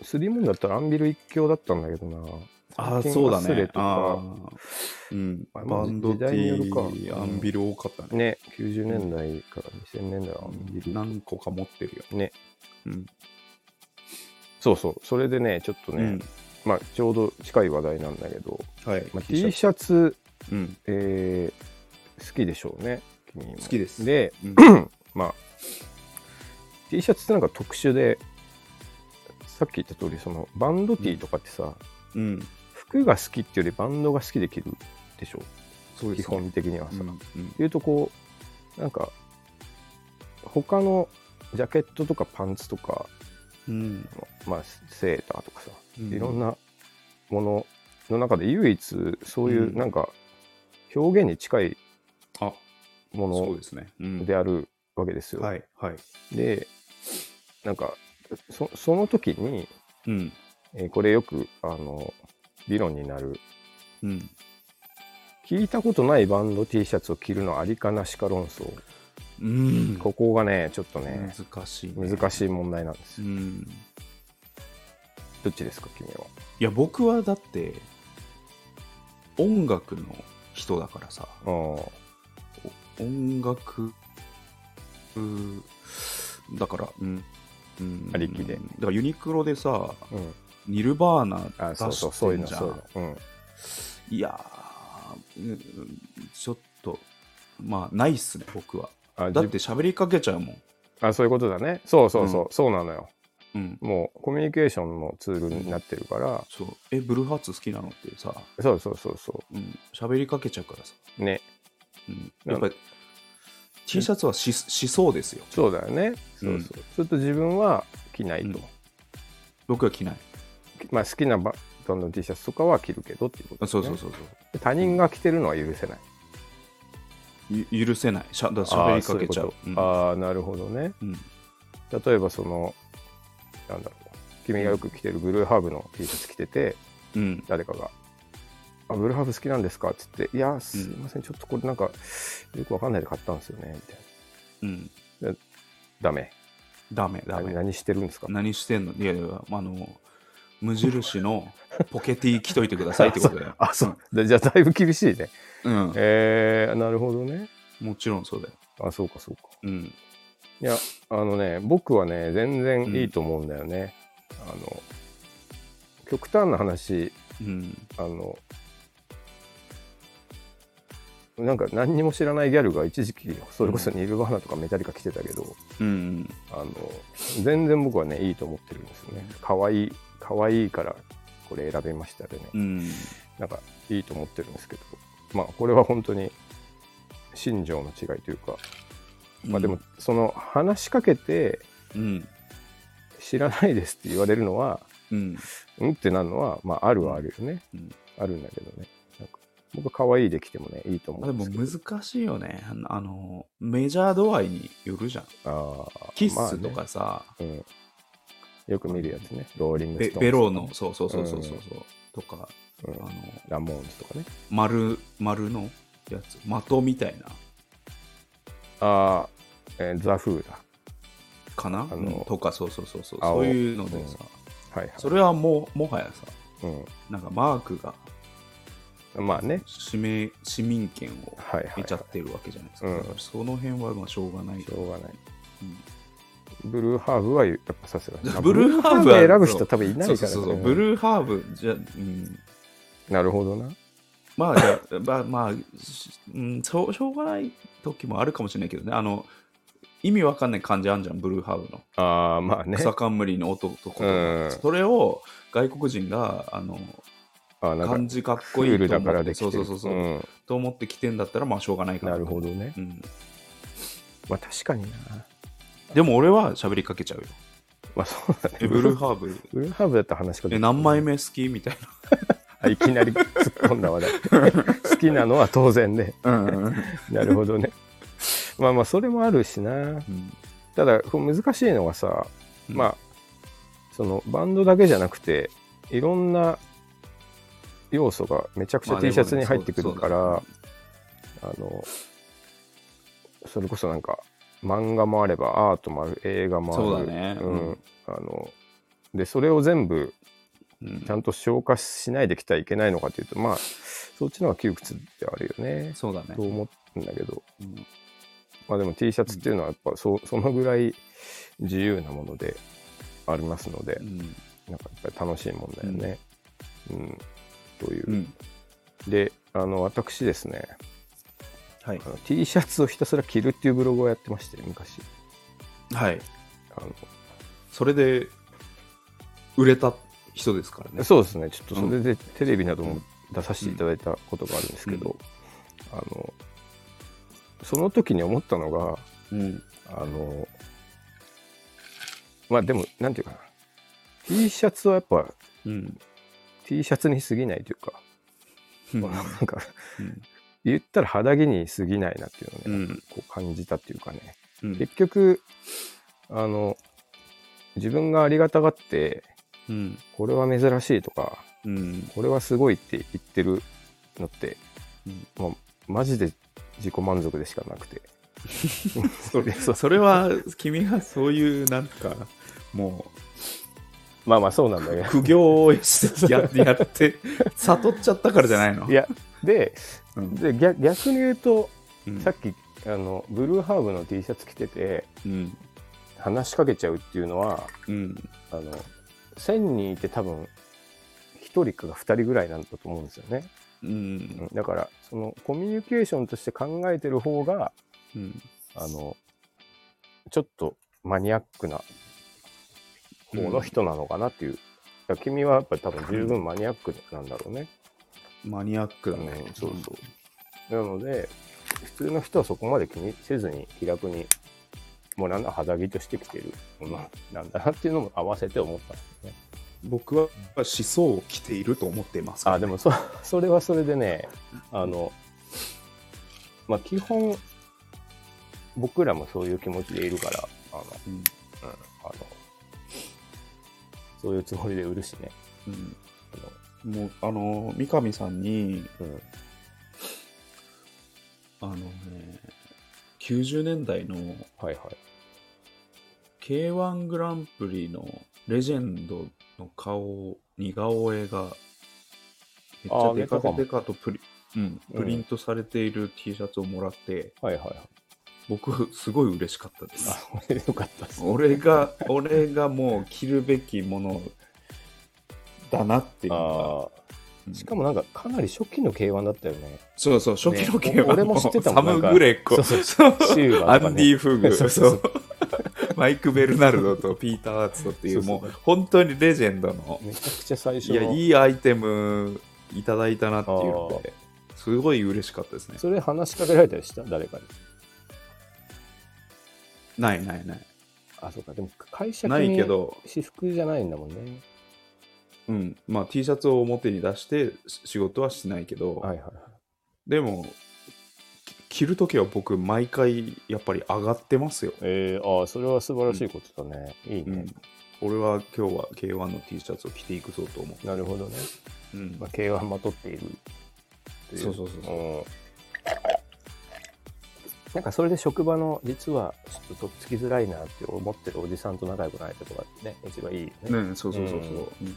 う、スリムだったらアンビル一強だったんだけどな。ああ、最近そうだアスレねと。あか、ーうん、まあバンド時テ代によるかィー、アンビル多かったね。ね、90年代から2000年代はアンビル。何個か持ってるよ。ね。うん。そうそう、それでね、ちょっとね、まあ、ちょうど近い話題なんだけど、うんはい。まあ、T シャツ、うん。えー好きでしょうね、君も好きですで、うん まあ、T シャツってなんか特殊で、さっき言った通り、そのバンドティーとかってさ、うん。服が好きっていうよりバンドが好きで着るでしょそうで基すね。本的にはさ、うっんうんていうとこうなんか他のジャケットとかパンツとか、うん。まあ、セーターとかさ、うんいろんなものの中で唯一そういううんなんか表現に近いあ、そうもですね。うんのであるわけですよ。はい。はい。でなんかそその時に、うん。えーこれよくあの議論になるうん。聞いたことないバンド T シャツを着るのありかなしか論争、うん。ここがねちょっとね難しい、ね。難しい問題なんですうよん。どっちですか君はいや、僕はだって、音楽の人だからさ、あー音楽、うーだから、うん。うんありきでだからユニクロでさ、うんニルバーナあそう出そうしそうていうんのじゃそういうんの。うんいやー、うんうんちょっと、まあ、ないっすね、僕は。あだっじて喋りかけちゃうもん。あそういうことだねそうそうそう、そうなのようん。もうコミュニケーションのツールになってるからそう。え、ブルーハーツ好きなのってさ、そうそうそうそうん。喋りかけちゃうからさ。うねうん。やっぱり、T シャツはししそうですよ。そうだよねそうそう、うんちょっと自分は着ないと、うん僕は着ない。まあ好きなババンドの T シャツとかは着るけどっていうことあです、ねそ、うそうそうそう。で他人が着てるのは許せないゆ許せない。しゃだから喋りかけちゃう。あーそいことあーなるほどねうんうん例えばそのなんだろうな君がよく着てるブルーハーブの T シャツ着ててうん。誰かが「あブルーハーブ好きなんですか?」っつって「いやすいませんちょっとこれなんかよくわかんないで買ったんですよね」みたいなうん。 「ダメダメ、ダ何メ。何してるんですか?」。何してんのいやいや、あの、無印のポケティ着といてくださいってことだよ あそうだじゃあだいぶ厳しいねうん。えー、なるほどねもちろんそうだよ。あそうかそうかうん。いやあのね僕はね全然いいと思うんだよね、あの極端な話うん。あのなんか何にも知らないギャルが一時期それこそニルバーナとかメタリカ来てたけど、うん。あの全然僕はねいいと思ってるんですよね可愛い可愛いからこれ選びましたでねうん。なんかいいと思ってるんですけどまあこれは本当に心情の違いというか、まあ、でも、その話しかけてうん。知らないですって言われるのはうん。うんってなるのは、まあ、あるはあるよね、うんあるんだけどねなんか僕は可愛いできてもねいいと思まあうでんでもすけど難しいよね。あのあの、メジャー度合いによるじゃん。あーキッスとまかさ、あねうん、よく見るやつねローリングベストーンズとかベローの、そうそうそうそうそううん、とか、うんあの、ラモーンズとかね丸、丸のやつ、的みたいな、ああ、えーザ・フーだ。かな、あのうんとか、そうそうそうそう、青そういうのでさ、はいはい。それはもう、もはやさ、うん、なんかマークがまあね市名市民権をはいはい、得ちゃはってるわけじゃないですか、うんだからその辺はまあしょうがないい、しょうがないうんブルーハーブはやっぱさすがに ブルーハーブブはル選ぶ人多分いなそういそかうら、そね、うそうブルーハーブじゃ、うん、なるほどなまあじゃあまあまあしうんしょうしょうがない時もあるかもしれないけどねあの意味わかんない漢字あんじゃんブルーハーブのあーまあね草冠の音とか、うんそれを外国人があのあーなんか漢字かっクこいーいルとだか思らってできてそるうそうそうそう、うんと思って来てんだったらまあしょうがないかななるほどねど、うん、まあ確かになでも俺は喋りかけ ちゃうよまあそうだねえブルーハーブブルーハーブだったら話しかけえ何枚目好きみたいあいきなり突っ込んだ話題 好きなのは当然で、な、なるほどねまあまあそれもあるしなうんただこう難しいのがさ、うんまあそのバンドだけじゃなくていろんな要素がめちゃくちまゃあでもね T シャツに入ってくるから、そうあのそれこそなんか漫画もあればアートもある映画もあるそうだねうんうんあのでそれを全部うんちゃんと消化しないできてはいけないのかというとまあそっちの方が窮屈であるよねそうだねと思うんだけどうんまあでも T シャツっていうのはやっぱそ,、うそのぐらい自由なものでありますのでう、んなんかやっぱり楽しいもんだよね。うん、という。うんであの私ですねはいあの T シャツをひたすら着るっていうブログをやってまして昔はいあそれで売れた人ですからのねそうですねちょっとそれでテレビなども出させていただいたことがあるんですけど、あのその時に思ったのがうんあのまあでもなんていうかな T シャツはやっぱうん T シャツに過ぎないというか、うんなんか言ったら肌着に過ぎないなっていうのをね、うんこう感じたっていうかねうん結局あの自分がありがたがってうんこれは珍しいとかうんこれはすごいって言ってるのって、うんもうマジで自己満足でしかな くてそれそれは君がそういうなんかもまあまあそうなんだけう苦行をしてややって悟っちゃったからじゃないのどいやでうんで逆逆に言うと、うんさっきあのブルーハーブの T シャツ着ててうん話しかけちゃうっていうのはうんあの1000人いて多分1人か2人ぐらいなんだと思うんですよね。うんだからそのコミュニケーションとして考えてる方がうんあのちょっとマニアックな方の人なのかなっていう、だから君はやっぱり多分十分マニアックなんだろうね、マニアックうだんねそうそうなので普通の人はそこまで気にせずに気楽にもうなんだ肌着としてきてるものなんだなっていうのも合わせて思ったんですね僕は思想を着ていると思っていますあでもそそれはそれでねあのまあ基本僕らもそういう気持ちでいるからあの、うんうんあのそういうつもりで売るしねうんもうあの三上さんにあの、うん、あのね90年代のはいはい k 1グランプリのレジェンドの顔似顔絵がめっちあゃーデカ見たかデもカとプリ,、うん、うんプリントされている T シャツをもらって、はいはいはい僕すごい嬉しかったですあこれでよかったです俺が俺がもう着るべきものだなっていうのあがーしかもなんかかなり初期の K1 だったよねそうそう初期のね K1 お俺も知ってたもんサなんム・かグレコそうそうシューアバーとかねンディ・フグ、そうそうそうそうマイク・ベルナルドとピーター・アーツトっていう、そうそうもう本当にレジェンドの、めちゃくちゃ最初いのや、いいアイテムいただいたなっていうので、すごい嬉しかったですね。それ話しかけられたりした誰かにないないない。あそうかでも会社ないけど、私服じゃないんだもんねうん、まあ T シャツを表に出してし仕事はしないけど、はいはいはいでも、き着るときは僕、毎回やっぱり上がってますよ。えー、ああそれは素晴らしいことだね、いいうね、ん、俺は今日は K1 の T シャツを着ていくぞと思なるほどね、う。うんまあ、K はまとっているといそうそうそうそううんなんかそれで職場の実はちょっととっつきづらいなって思ってるおじさんと仲良くなれたとかね一番いいよねね、そうそうそうそう。うん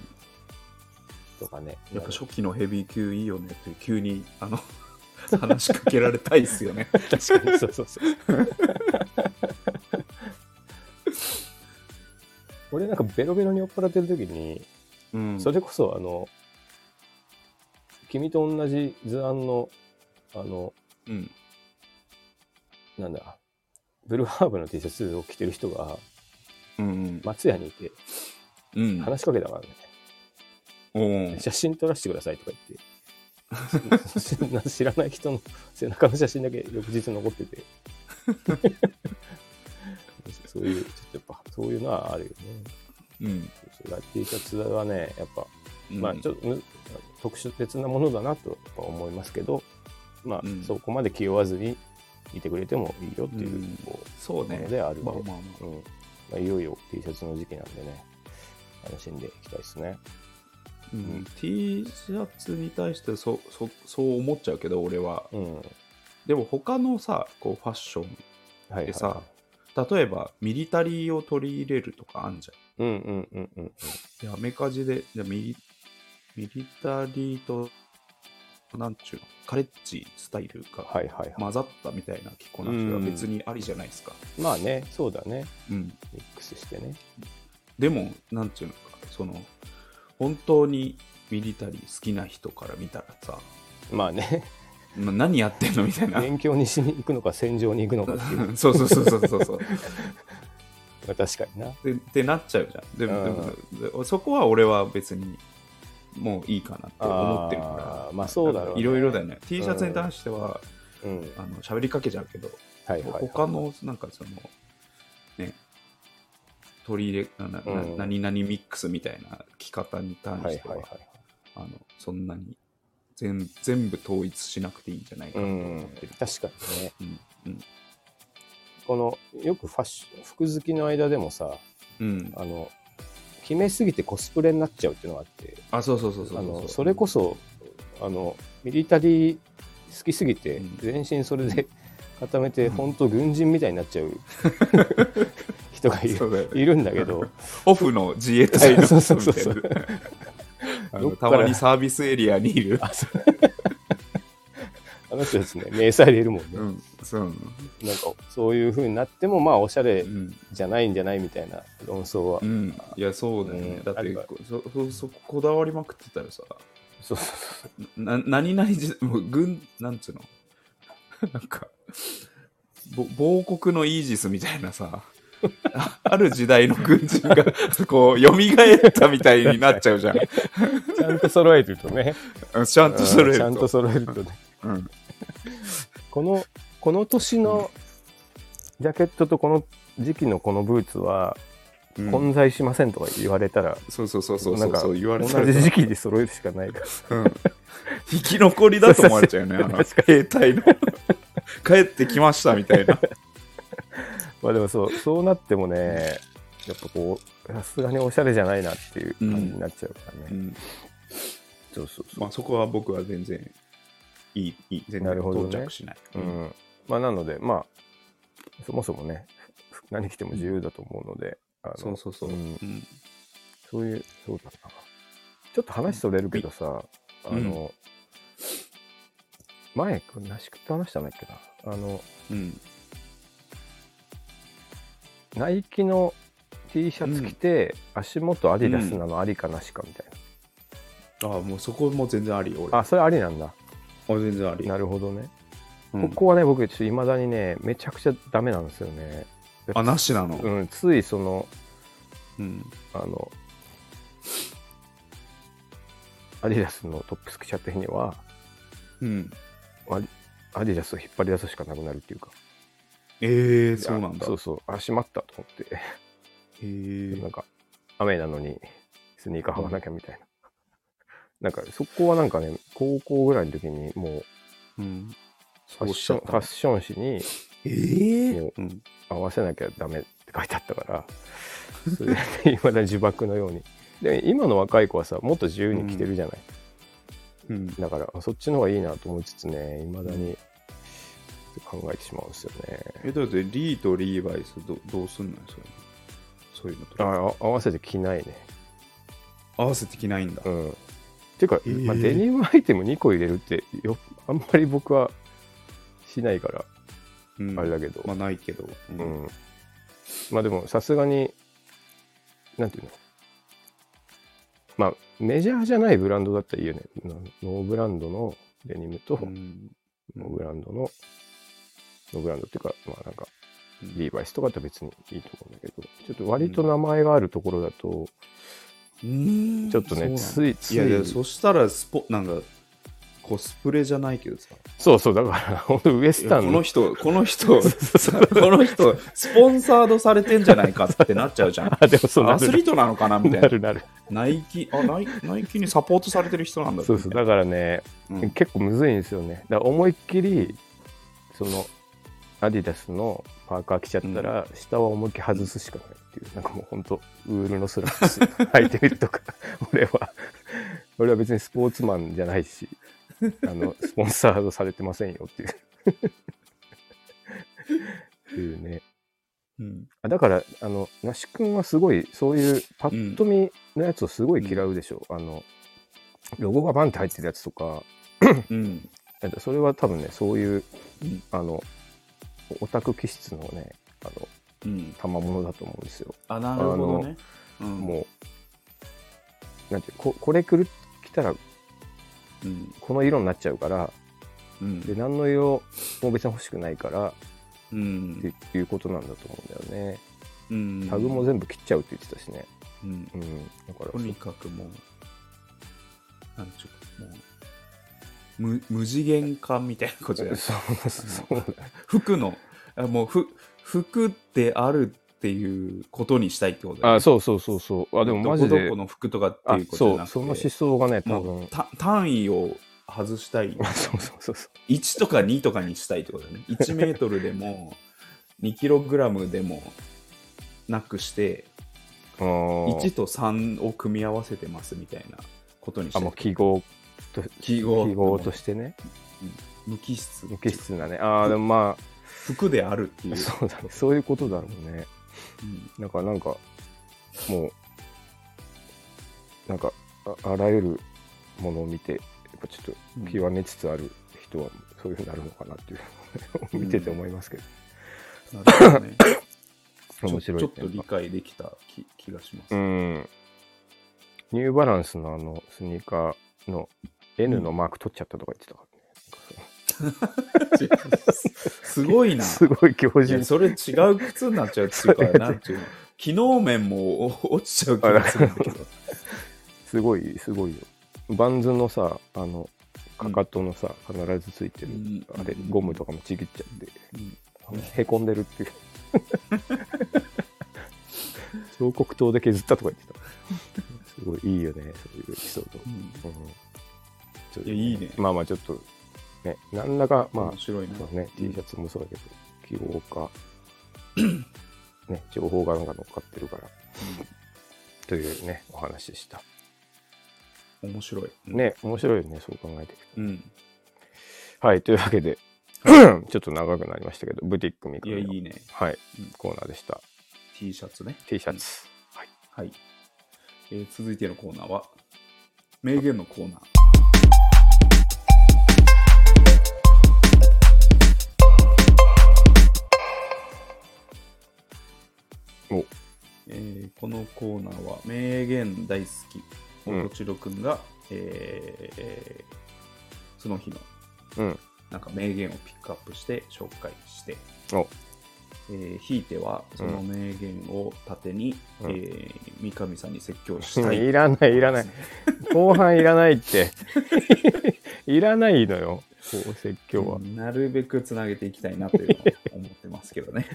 とかね。やっぱ初期のヘビー級いいよねって急にあの 話しかけられたいっすよね。確かに、そうそうそう。 俺なんかベロベロに酔っ払ってる時に、 うん、それこそあの、君と同じ図案の、あの、うん、なんだ、ブルーハーブの T シャツを着てる人がうん、松屋にいてうん、話しかけたからね、おー写真撮らせてくださいとか 言って、そんな知らない人の背中の写真だけ翌日残って て、そういう、ちょっとやっぱそういうのはあるよね。うん、そう T シャツはね、やっぱ、うんまあちょっとむ特殊別なものだなとやっぱ思いますけど、まあ、うんそこまで気負わずにいてくれてもいいよっていう、うんこそううもねの。であるんまで、あまあまあ。うんまあ、いよいよ T シャツの時期なんでね、楽しんでいきたいですね。うん T シャツに対してそそそう思っちゃうけど俺はうん。はでも他のさこうファッションいはい、でさ例えばミリタリーを取り入れるとかあんじうんうんうんうゃんん。いやメカジでじゃあミリミリタリーとなんちゅうのカレッジスタイルがはいはいはい。ま混ざったみたいな着こなしはうん別にありじゃないですか、あね、そうだね。うん、ミックスしてね。でもなんちゅうのかその本当にミリタリー好きな人から見たらさ、まあね、まあ何やってんのみたいな勉強にしに行くのか、戦場に行くのかっていう のそうそうそうそうそうそうが確かにな。でってなっちゃうじゃんでもうでもそこは俺は別にもういいかなって思ってるかあーらまあそうだろうねいろいろだよね T シャツに関しては、うん。あの喋りかけちゃうけど、はいはい、はい。他のなんかそのね取り入れなな、うん何々ミックスみたいな着方には関いはいしては,、はい。あのそんなに全全部統一しなくていいんじゃないかうなと思っんてる、、確かにね。うんうんこの、よくファッション、服好きの間でもさ、うん、あの、決めすぎてコスプレになっちゃうっていうのがあって、あそうそうそうそうあそうのそれこそあのミリタリー好きすぎてうん全身それで 固めうてん本当軍人みたいになっ ちゃう人がいそるうだよねいるんだけどオフの自衛隊の そうそうそうそうみたいな あ のどったからまにサービスエリアにいる。あの人ですね迷彩でいるもんね、うん、そう。なんかそういう風になってもまあおしゃれうん。じゃないんじゃないみたいな論争は、うん、いや、そうだよね。うんだっあてればそそ、そここだわりまくってたらさ、そうそうな何々じ、もう軍、なんつうの なんか、ぼ亡国のイージスみたいなさ、あある時代の軍人 が、こう、蘇ったみたいになっちゃうじゃん。そうちゃんと揃えてると ねうんちゃんとそれうるんちゃんとと。揃えるとねうんこのこの年のジャケットとこの時期のこのブーツはうん混在しませんとか言われたら、そうそうそうそうなそんうかそう言われたら同じ時期で揃えるしかないから うん生き残りだと思われちゃうよね、あの確かに兵隊の 帰ってきましたみたいな。まあでもそうそうなってもねやっぱこうさすがにおしゃれじゃないなっていう感じになっちゃうからね、うんそうそうまあ、そこは僕は全然いい、いい全な然るほどね到着しない。うん、まあなのでまあそもそもねふ何着ても自由だと思うのであのそうそうそう。ううんんそういうそうだなちょっと話それるけどさ、うんあの前これなしくって話したんだっけなあのうんナイキの T シャツ着て、足元アディダスなのありかなしかみたいああ、もうそこも全然あり、俺。な、ああそれありなんだ全然あり。なるほどねうんここはね、僕、ちょっといまだにね、めちゃくちゃダメなんですよね。あ、なしなの。うん、ついその、うんあの、アディダスのトップス着ちゃった日には、うんアディアディダスを引っ張り出すしかなくなるっていうか、ええ、そうなんあだそ。うそう、あ、しまったと思って、 へなえんか、雨なのにスニーカー履かなきゃみたいな。 なんか、そこはなんかね、高校ぐらいの時に、もううんファッシそうしちゃョン、っフたァッション誌に、ええもううん合わせなきゃダメって書いてあったから それでいまだ呪縛のようにで今の若い子はさもっと自由に着てるじゃない、うんだからあそっちの方がいいなと思いつつねいまだに考えてしまうんですよねえ、だって、リーとリーバイスどどうすんのよ、それそういうのとあか。あ合わせて着ないね合わせてきないんだう。んていうか、えーまあ、デニムアイテム2個入れるってよあんまり僕はしないからうんあれだけど、まあないけど、うんうんまあでもさすがになんていうのまあメジャーじゃないブランドだったらいいよねノノーブランドのデニムと、うんノーブランドのノーブランドっていうかまあなんかリーバイスとかと別にいいと思うんだけどちょっと割と名前があるところだとうんちょっとね、そうついついなんだいやいやそしたらスポなんかコスプレじゃないけどさそうそうだから本当ウエスタいンやこの人この 人さこの人スポンサードされてんじゃないかってなっちゃうじゃん あでもそうなアスリるートなのかなみたいななるなるナイキあナイナイキにサポートされてる人なんだそうそうだからねうん結構むずいんですよねだから思いっきりそのアディダスのパーカー着ちゃったら、下は思いっきり外すしかないっていうなんかもうほんとウールのスラックス 履いてみるとか 俺は俺は別にスポーツマンじゃないしあのスポンサードされてませんよっていう っていうねうんあだからあの那須君はすごいそういうパッと見のやつをすごい嫌うでしょ、あのロゴがバンって入ってるやつとかうんだってそれは多分ねそういううんあのオタク気質のねあのうん賜物だと思うんですよ、あなるほどねうんもうなんていうここれくる来たらうんこの色になっちゃうからうんで何の色も別に欲しくないからうってんいうことなんだと思うんだよねうんタグも全部切っちゃうって言ってたしねうんうんだからとにかくもう、なんちゅうか、もう、無無次元化みたいなことじゃないそうそうそう服の、あもうふ、服であるっていうことにしたいってことだよねあそうそうそうそうあでもマジどこでどこの服とかってあいうことじそゃなうくてその思想がね多もう分た単位を外したいそうそうそうそう1とか2とかにしたいってことだよ ね1メートルでも2キログラムでもなくしてあ ー1と3を組み合わせてますみたいなことにしたあいもう記号と記号記号としてね無機質無機質なねああでもま服であるっていあうそうだねそういうことだろうねうんなんかなんかもうなんかああらゆるものを見てやっぱちょ っと極めつつある人はそういうふうになるのかなっていう、見てて思いますけど、なるほどね 面白いちょねっと理解できた気気がします、うんニューバランスのあのスニーカーの N のマーク取っちゃったとか言ってたからね、すごいなすごい強いや靭それ違う靴になっちゃうっていうかなんていうの機能面もお落ちちゃう気がするんだけどすごいすごいよバンズのさあのかかとのさ、必ずついてる、うんあれゴムとかもちぎっちゃって、うんへこんでるっていう 彫刻刀で削ったとか言ってたすごいいいよねそういうエピソーうんド、うんちょっといやいいねまあまあちょっとね何らかまあ面白いなそうね、T シャツもそうだけど、記号 か、ね、情報がなんか乗っかってるから、というね、お話でした。面白いね、面白いよね、そう考えていくうんと。はい、というわけで、 ちょっと長くなりましたけど、ブティックミカいやいいねはいうん、コーナーでした。 T シャツね T シャツ。はい、えー続いてのコーナーは名言のコーナーおえーこのコーナーは名言大好きうんおとちろくんが、えーえーその日のうん。なんか名言をピックアップして紹介して、おえーひいてはその名言を盾に、うんえー三上さんに説教したい いらない、いらない。後半いらない って。いらないのよ、こう説教は。なるべくつなげていきたいなというのは思ってますけどね。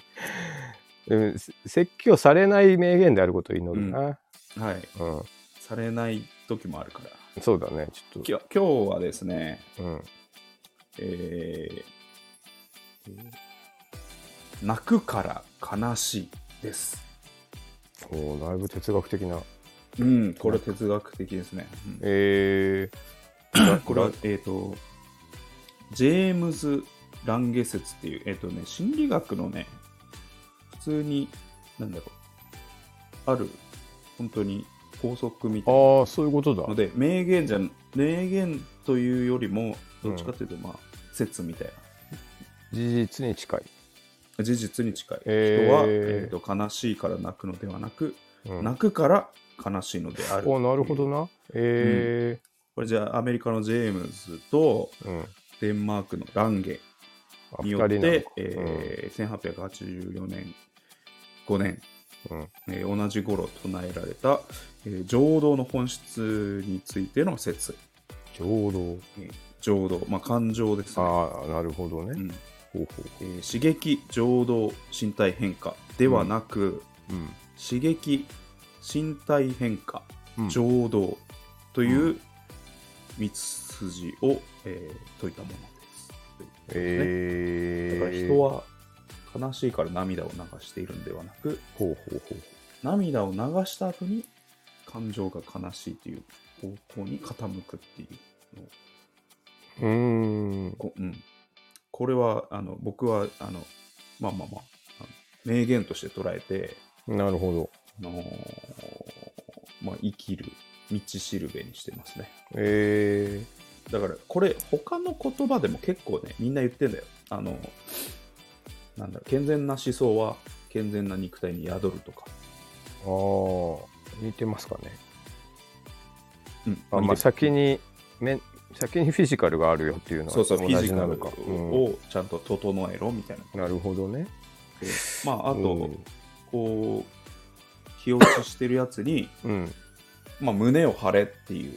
うんせ説教されない名言であることを祈るな。はい。うん、されない時もあるから。そうだね、ちょっきょ今日はですね、と。うんえーえー泣くから悲しいです。おーだいぶ哲学的な。うん、これ哲学的ですね。うんえこれは、えっ、と、ジェームズ・ランゲ説っていう、えっ、とね、心理学のね、普通に、なんだろう、ある、本当に法則みたいなー、ああ、そういうことだ。ので名言じゃ名言というよりも、うどんっちかというと、まあ、説みたい事実に近い、な。事実に近い。えー人は、えーと悲しいから泣くのではなく、うん泣くから悲しいのである。おなるほどなえこれじゃあ、アメリカのジェームズと、ーうん、あデンマークのランゲに二人よなっのかて、えー1884年、5年、うんうんえー同じ頃唱えられた、えー浄土の本質についての説、浄土えー浄土、まあ、感情ですね、ああなるほどうね、んほうほうえー刺激浄土身体変化ではなく、うん刺激身体変化うん浄土という、う道筋を、えー説いたものです。えだー、から人は悲しいから涙を流しているんではなく、ほうほうほう涙を流した後に感情が悲しいという方向に傾くっていうのをうーんこ,、うん、これはあの僕はあのまあまあまああの名言として捉えて、なるほあのーまあ、生きる道しるべにしてますねどえだからこれ他の言葉でも結構ねみんな言ってんだよあのなんだろう健全な思想は健全な肉体に宿るとか、ー、ああ似てますかねうんあ、まあ、先にめ先にフィジカルがあるよっていうのはそうそう、フ同ィジじカなルのか、うんをちゃんと整えろみたいな。なるほどねまあ、あうとん、こう、気落ちしてるやつに、 うんまあ、胸を張れっていう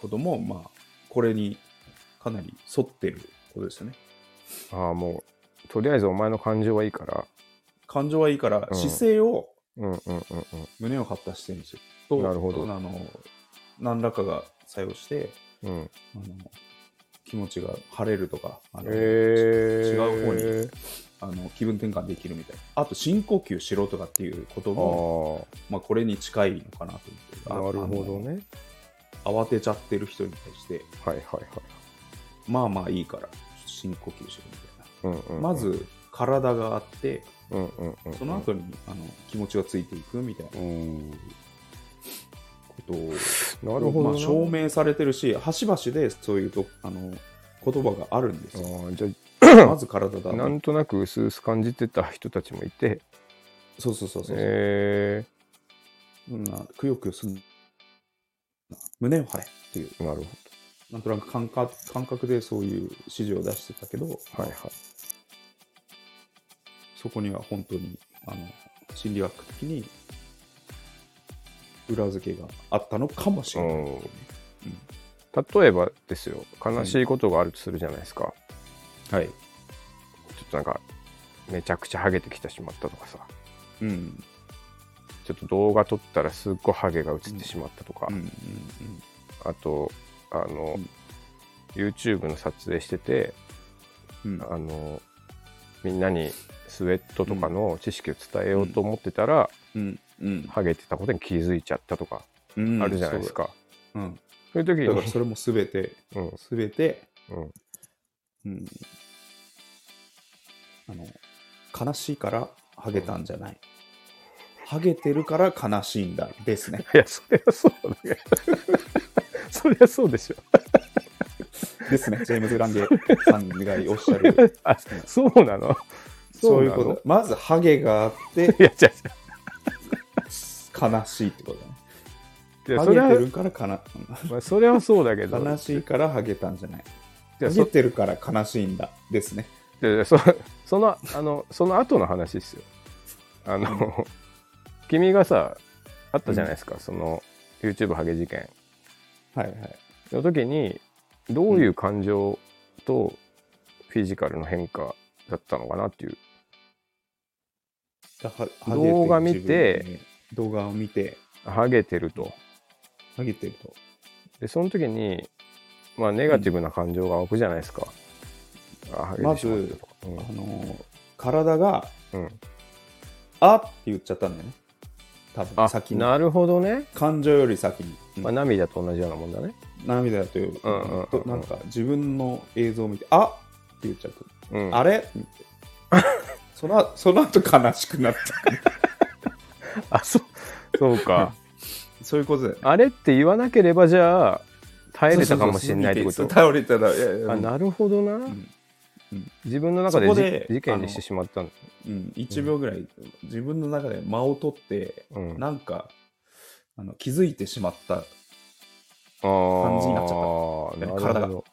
ことも、まあ、これにかなり沿ってることですよね。ああもうとりあえずお前の感情はいいから感情はいいから、うん姿勢をうんうんうん胸を張った姿勢にすると、なるほどあの、何らかが作用して、うんうんあの気持ちが晴れるとか、あのえー、違う方にあの気分転換できるみたいな。あと、深呼吸しろとかっていうことも、あまあ、これに近いのかなとあ思なってるほどねあの慌てちゃってる人に対してはいはいはいまあまあいいから深呼吸しろみたいな、うんうんうんまず体があってうんうんうんうんその後にあの気持ちがついていくみたいなうんことをなるほどな、まあ、証明されてるし端々でそういうとあの言葉があるんですよああじゃまず体だあなんとなく薄々感じてた人たちもいてそうそうそうそう、えそんなくよくよすんな胸を張れっていうー、なるほなんとなく感覚感覚でそういう指示を出してたけどどはいはいそこには本当にあの心理学的に裏付けがあったのかもしれない、うん例えばですよ悲しいことがあるとするじゃないですか、はい、ちょっとなんかめちゃくちゃハゲてきてしまったとかさうんうんちょっと動画撮ったらすっごいハゲが映ってしまったとか、うんうんあとあの、うん YouTube の撮影しててうんあのみんなにスウェットとかの知識を伝えようと思ってたら、うんうんハゲてたことに気づいちゃったとかうんあるじゃないですか、そうだ,、うん、そういうだ時からにそれも全てうん全て、うんうん、あの悲しいからハゲたんじゃない、ハゲてるから悲しいんだですねいやそりゃそう だけどそりゃそうでしょですねジェームズ・ランゲさんがおっしゃるあそうなのそういなうのことまずハゲがあっていや違う違う悲しいってことだね。いやハそれはゲてるからかなまあ、それはそうだけど悲しいからハゲたんじゃない。いハやゲそてるから悲しいんだですね。いやいやそ そのあのその後の話ですよあの君がさあったじゃないですか、その YouTube ハゲ事件はいはい。の時にどういう感情とフィジカルの変化だったのかなっていう、だは動画見ハて、ゲる自分に動画を見て、ハゲてるとハゲてると。でその時にまあネガティブな感情が湧くじゃないですか、あハゲてしまったとかあのー体が、うんうんあって言っちゃったんだよね。多分あ先に。なるほどね、感情より先に。まあ、涙と同じようなもんだね涙という、うんうんうんとなんか自分の映像を見て、あって言っちゃった。うんあれってそのその後悲しくなった。 あそうそうかそういうことだよね。あれって言わなければじゃあ耐えれたかもしれないってこそうとそうそう倒れたら、いやいやあなるほどな、うん自分の中でそこじで事件にしてしまったのうん、1秒ぐらい自分の中で間を取って、うんなんかあの気づいてしまった感じになっちゃったな体るがほど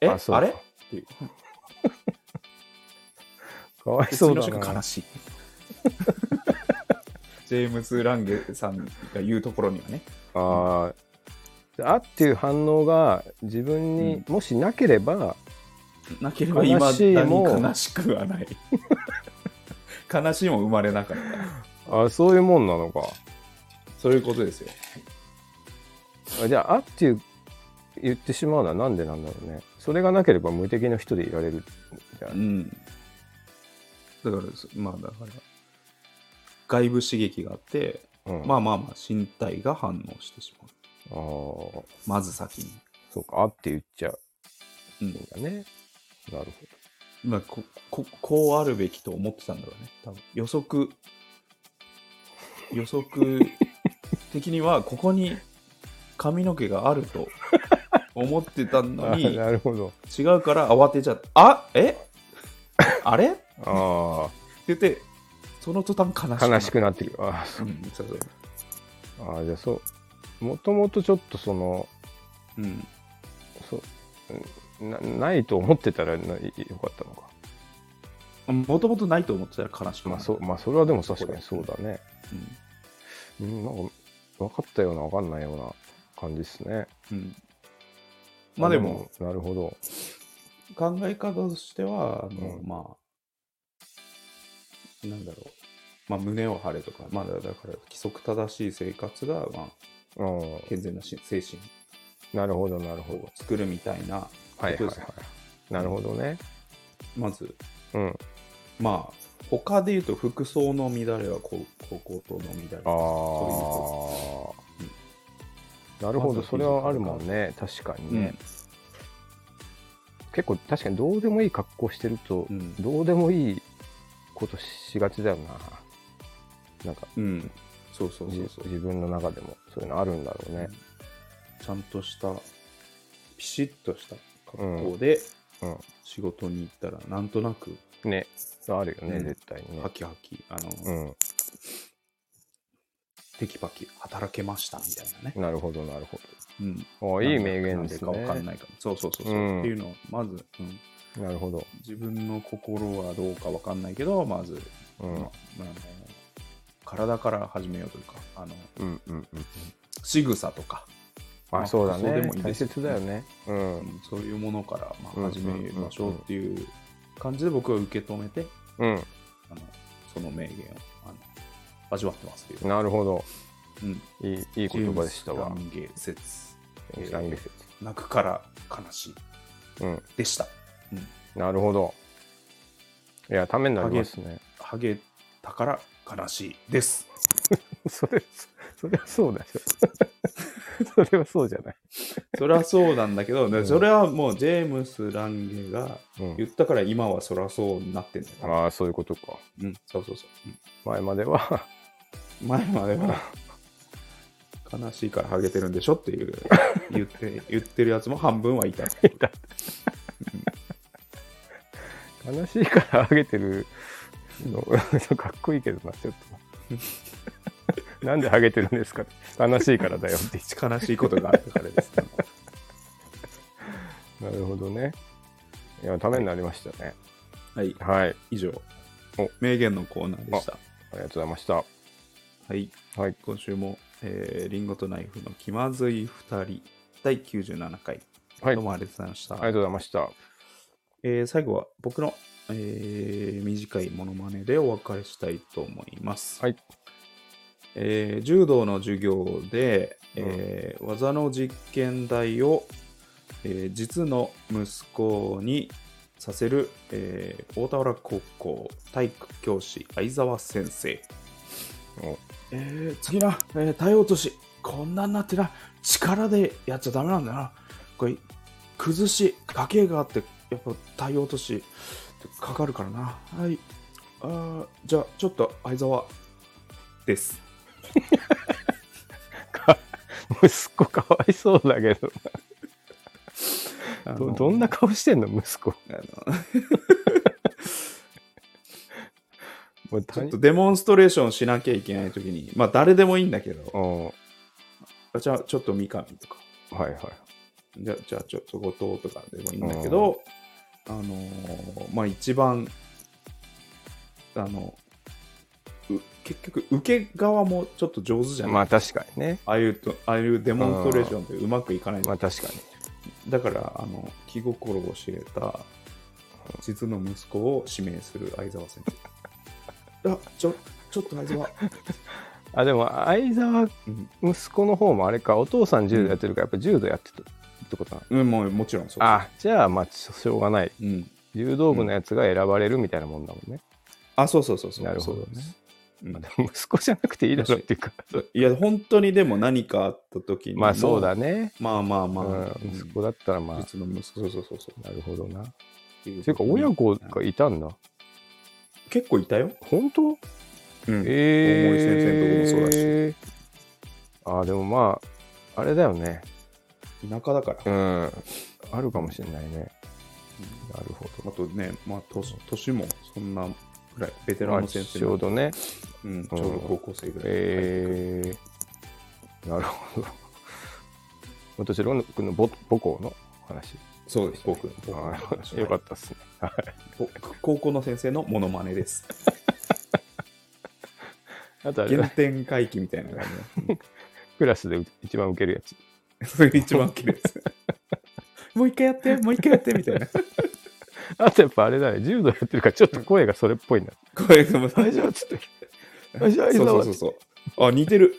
えああそうれっていう かわいそそうのだ瞬間な悲しい ジェームズ・ランゲさんが言うところにはねあーあっていう反応が自分に、もしなければなければ今悲しいも何悲しくはない 悲しいも生まれなかったあそういうもんなのかそういうことですよあじゃああっていう言ってしまうのはなんでなんだろうねそれがなければ無敵の人でいられるじゃうんんだからそまあだから外部刺激があって、うんまあまあまあ身体が反応してしまうあーまず先に、そうかあって言っちゃううんんだねなるまあ、こここうあるべきと思ってたんだろうね多分予測予測的にはここに髪の毛があると思ってたほどの あになるほど違うから慌てちゃったあえあれってあ言ってその途端悲しあく悲しくななってくるあーる、うん、そうそうあーじゃあそうもともとちょっとそのうんそうなないと思ってたらないよかったのかもともとないと思ってたら悲しくなる、まあそうまあそれはでも確かにそうだねうんうんなんか分かったような分かんないような感じですねうんまあでもなるほど考え方としては、あのうんまあなんだろうまあ胸を張れとかまあだだから規則正しい生活が、まあ、うん健全なし精神なるほどなるほどを作るみたいなはいはいそうはですねいなるほどねまずうんまあ他で言うと服装の乱れはこうこう口頭の乱れあそあなるほまどずそれはあるもんね確かういうにねね、結構確かにどうでもいい格好してるとうんどうでもいいことしがちだよななんかうん、そうそうじそうそう、自分の中でもそういうのあるんだろうねちゃんとしたピシッとした格好でうん仕事に行ったらなんとなくねあるよね、うん絶対にねハキハキあの、うんテキパキ働けましたみたいなね、なるほどなるほうん、どあいい名言ですなんでかわかんねないかもそうそうそうそう、うんっていうのをまず、うん、なるほど、自分の心はどうかわかんないけどまず、うん、うまんああの体から始めようというかあのうんうん仕草とか、まああそうだそうでねもいいで大すよ切だよねうん、うんそういうものからまうんあ始めましょうっていう感じで僕は受け止めてうん、あのその名言をあの味わってますけど、なるほどうん、いいいい言葉でしたわジェームズランゲ説えムーズランゲージ泣くから悲しいうんでしたなるほどいやためになりますねハゲたから悲しいです。 それそれはそうだよ それはそうじゃない、そりゃそうなんだけど、ねうんそれはもうジェームス・ランゲがうん言ったから今はそりゃそうになってんだよ。ああそういうことかうん、そうそうそう。前まではうん前までは悲しいからハゲてるんでしょって いう言って言ってるやつも半分はいた。悲しいからあげてるの かっこいいけどなちょっ となんでハゲてるんですか悲しいからだよって悲しいことがあったからです、ね。なるほどねいやためになりましたね はい、はい以上お、名言のコーナーでした。ありがとうございましたはい、はい今週も、えーリンゴとナイフの気まずい2人、第97回、はいどうもありがとうございました。ありがとうございましたえー最後は僕の、えー短いモノマネでお別れしたいと思います。はいえー柔道の授業で、えー技の実験台を、えー実の息子にさせる、えー大田原高校体育教師相沢先生。おえー次な、えー体落としこんなんなってな力でやっちゃダメなんだよなこれ崩し掛けがあってやっぱ体落としかかるからなはいあーじゃあちょっと相沢です息子かわいそうだけどあのどどんな顔してんの息子あのもうち他ょっと人デモンストレーションしなきゃいけないときに、まあ誰でもいいんだけど、うんはじゃあちょっと三上とか、いはいじゃあじゃあちょっと後藤とかでもいいんだけど、あのーまあ一番、あの、う結局受け側もちょっと上手じゃない、まあ確かにねああいうと、ああいうデモンストレーションでうまくいかないんだけどまあ確かにだからあの気心を知れた実の息子を指名する相沢先 生あちょちょっと相沢、あでも相沢うん息子の方もあれかお父さん柔道やってるからやっぱ柔道やってたってことなのうん、もうもちろんそうあじゃあまあししょうがないうん、柔道部のやつが選ばれるみたいなもんだもんね、あそうそうそうそうなるほどねそうですうんでも息子じゃなくていいだろうっていうかそういや本当にでも何かあった時にまあそうだね、まあまあまあ、うん、息子だったらまあ実の息子そうそうそうそうなるほどなていていうか親子がいたんだ結構いたよ、本当うんええ大森先生のとこもそうだしあーでもまああれだよね田舎だから、うんあるかもしれないねなるほあとね、まあ、年年もそんなぐらいベテどラまンあの先生ちょうどねうん、ちょうど高校生ぐらい、えー、なるほど。 私、ロン君の母母校の話。そうです、僕。はいよかったですね。はい僕高校の先生のモノマネ です。あとあれ原だ、点回帰みたいな感クラスで一番受けるやつ。じ。 それが一番綺麗です。 もう一回やって、もう一回やってみたいな。 あとやっぱあれだね、柔道やってるからちょっと声がそれっぽいな。声がもう大丈夫っつって。 大丈夫そうそうそうそう。あ、似てる。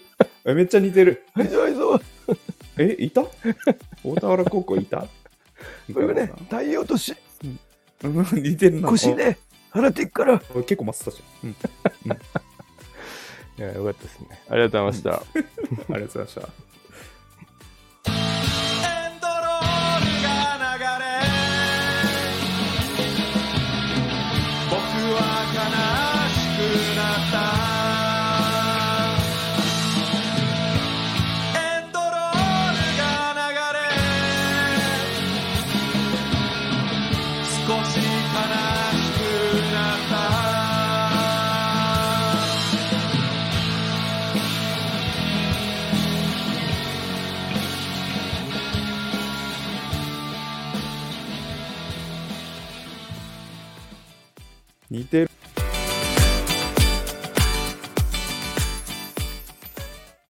えめっちゃ似てる。大丈夫ぞ。え、いた 大田原高校いたこれね、太陽としうん似てるな。腰で払っていくから。あ。俺結構マスターじゃん。うんいや、よかったですね。ありがとうございました。ありがとうございました。エンドロールが流れ僕は悲しくなったエンドロールが流れ少し悲しくなった似てる。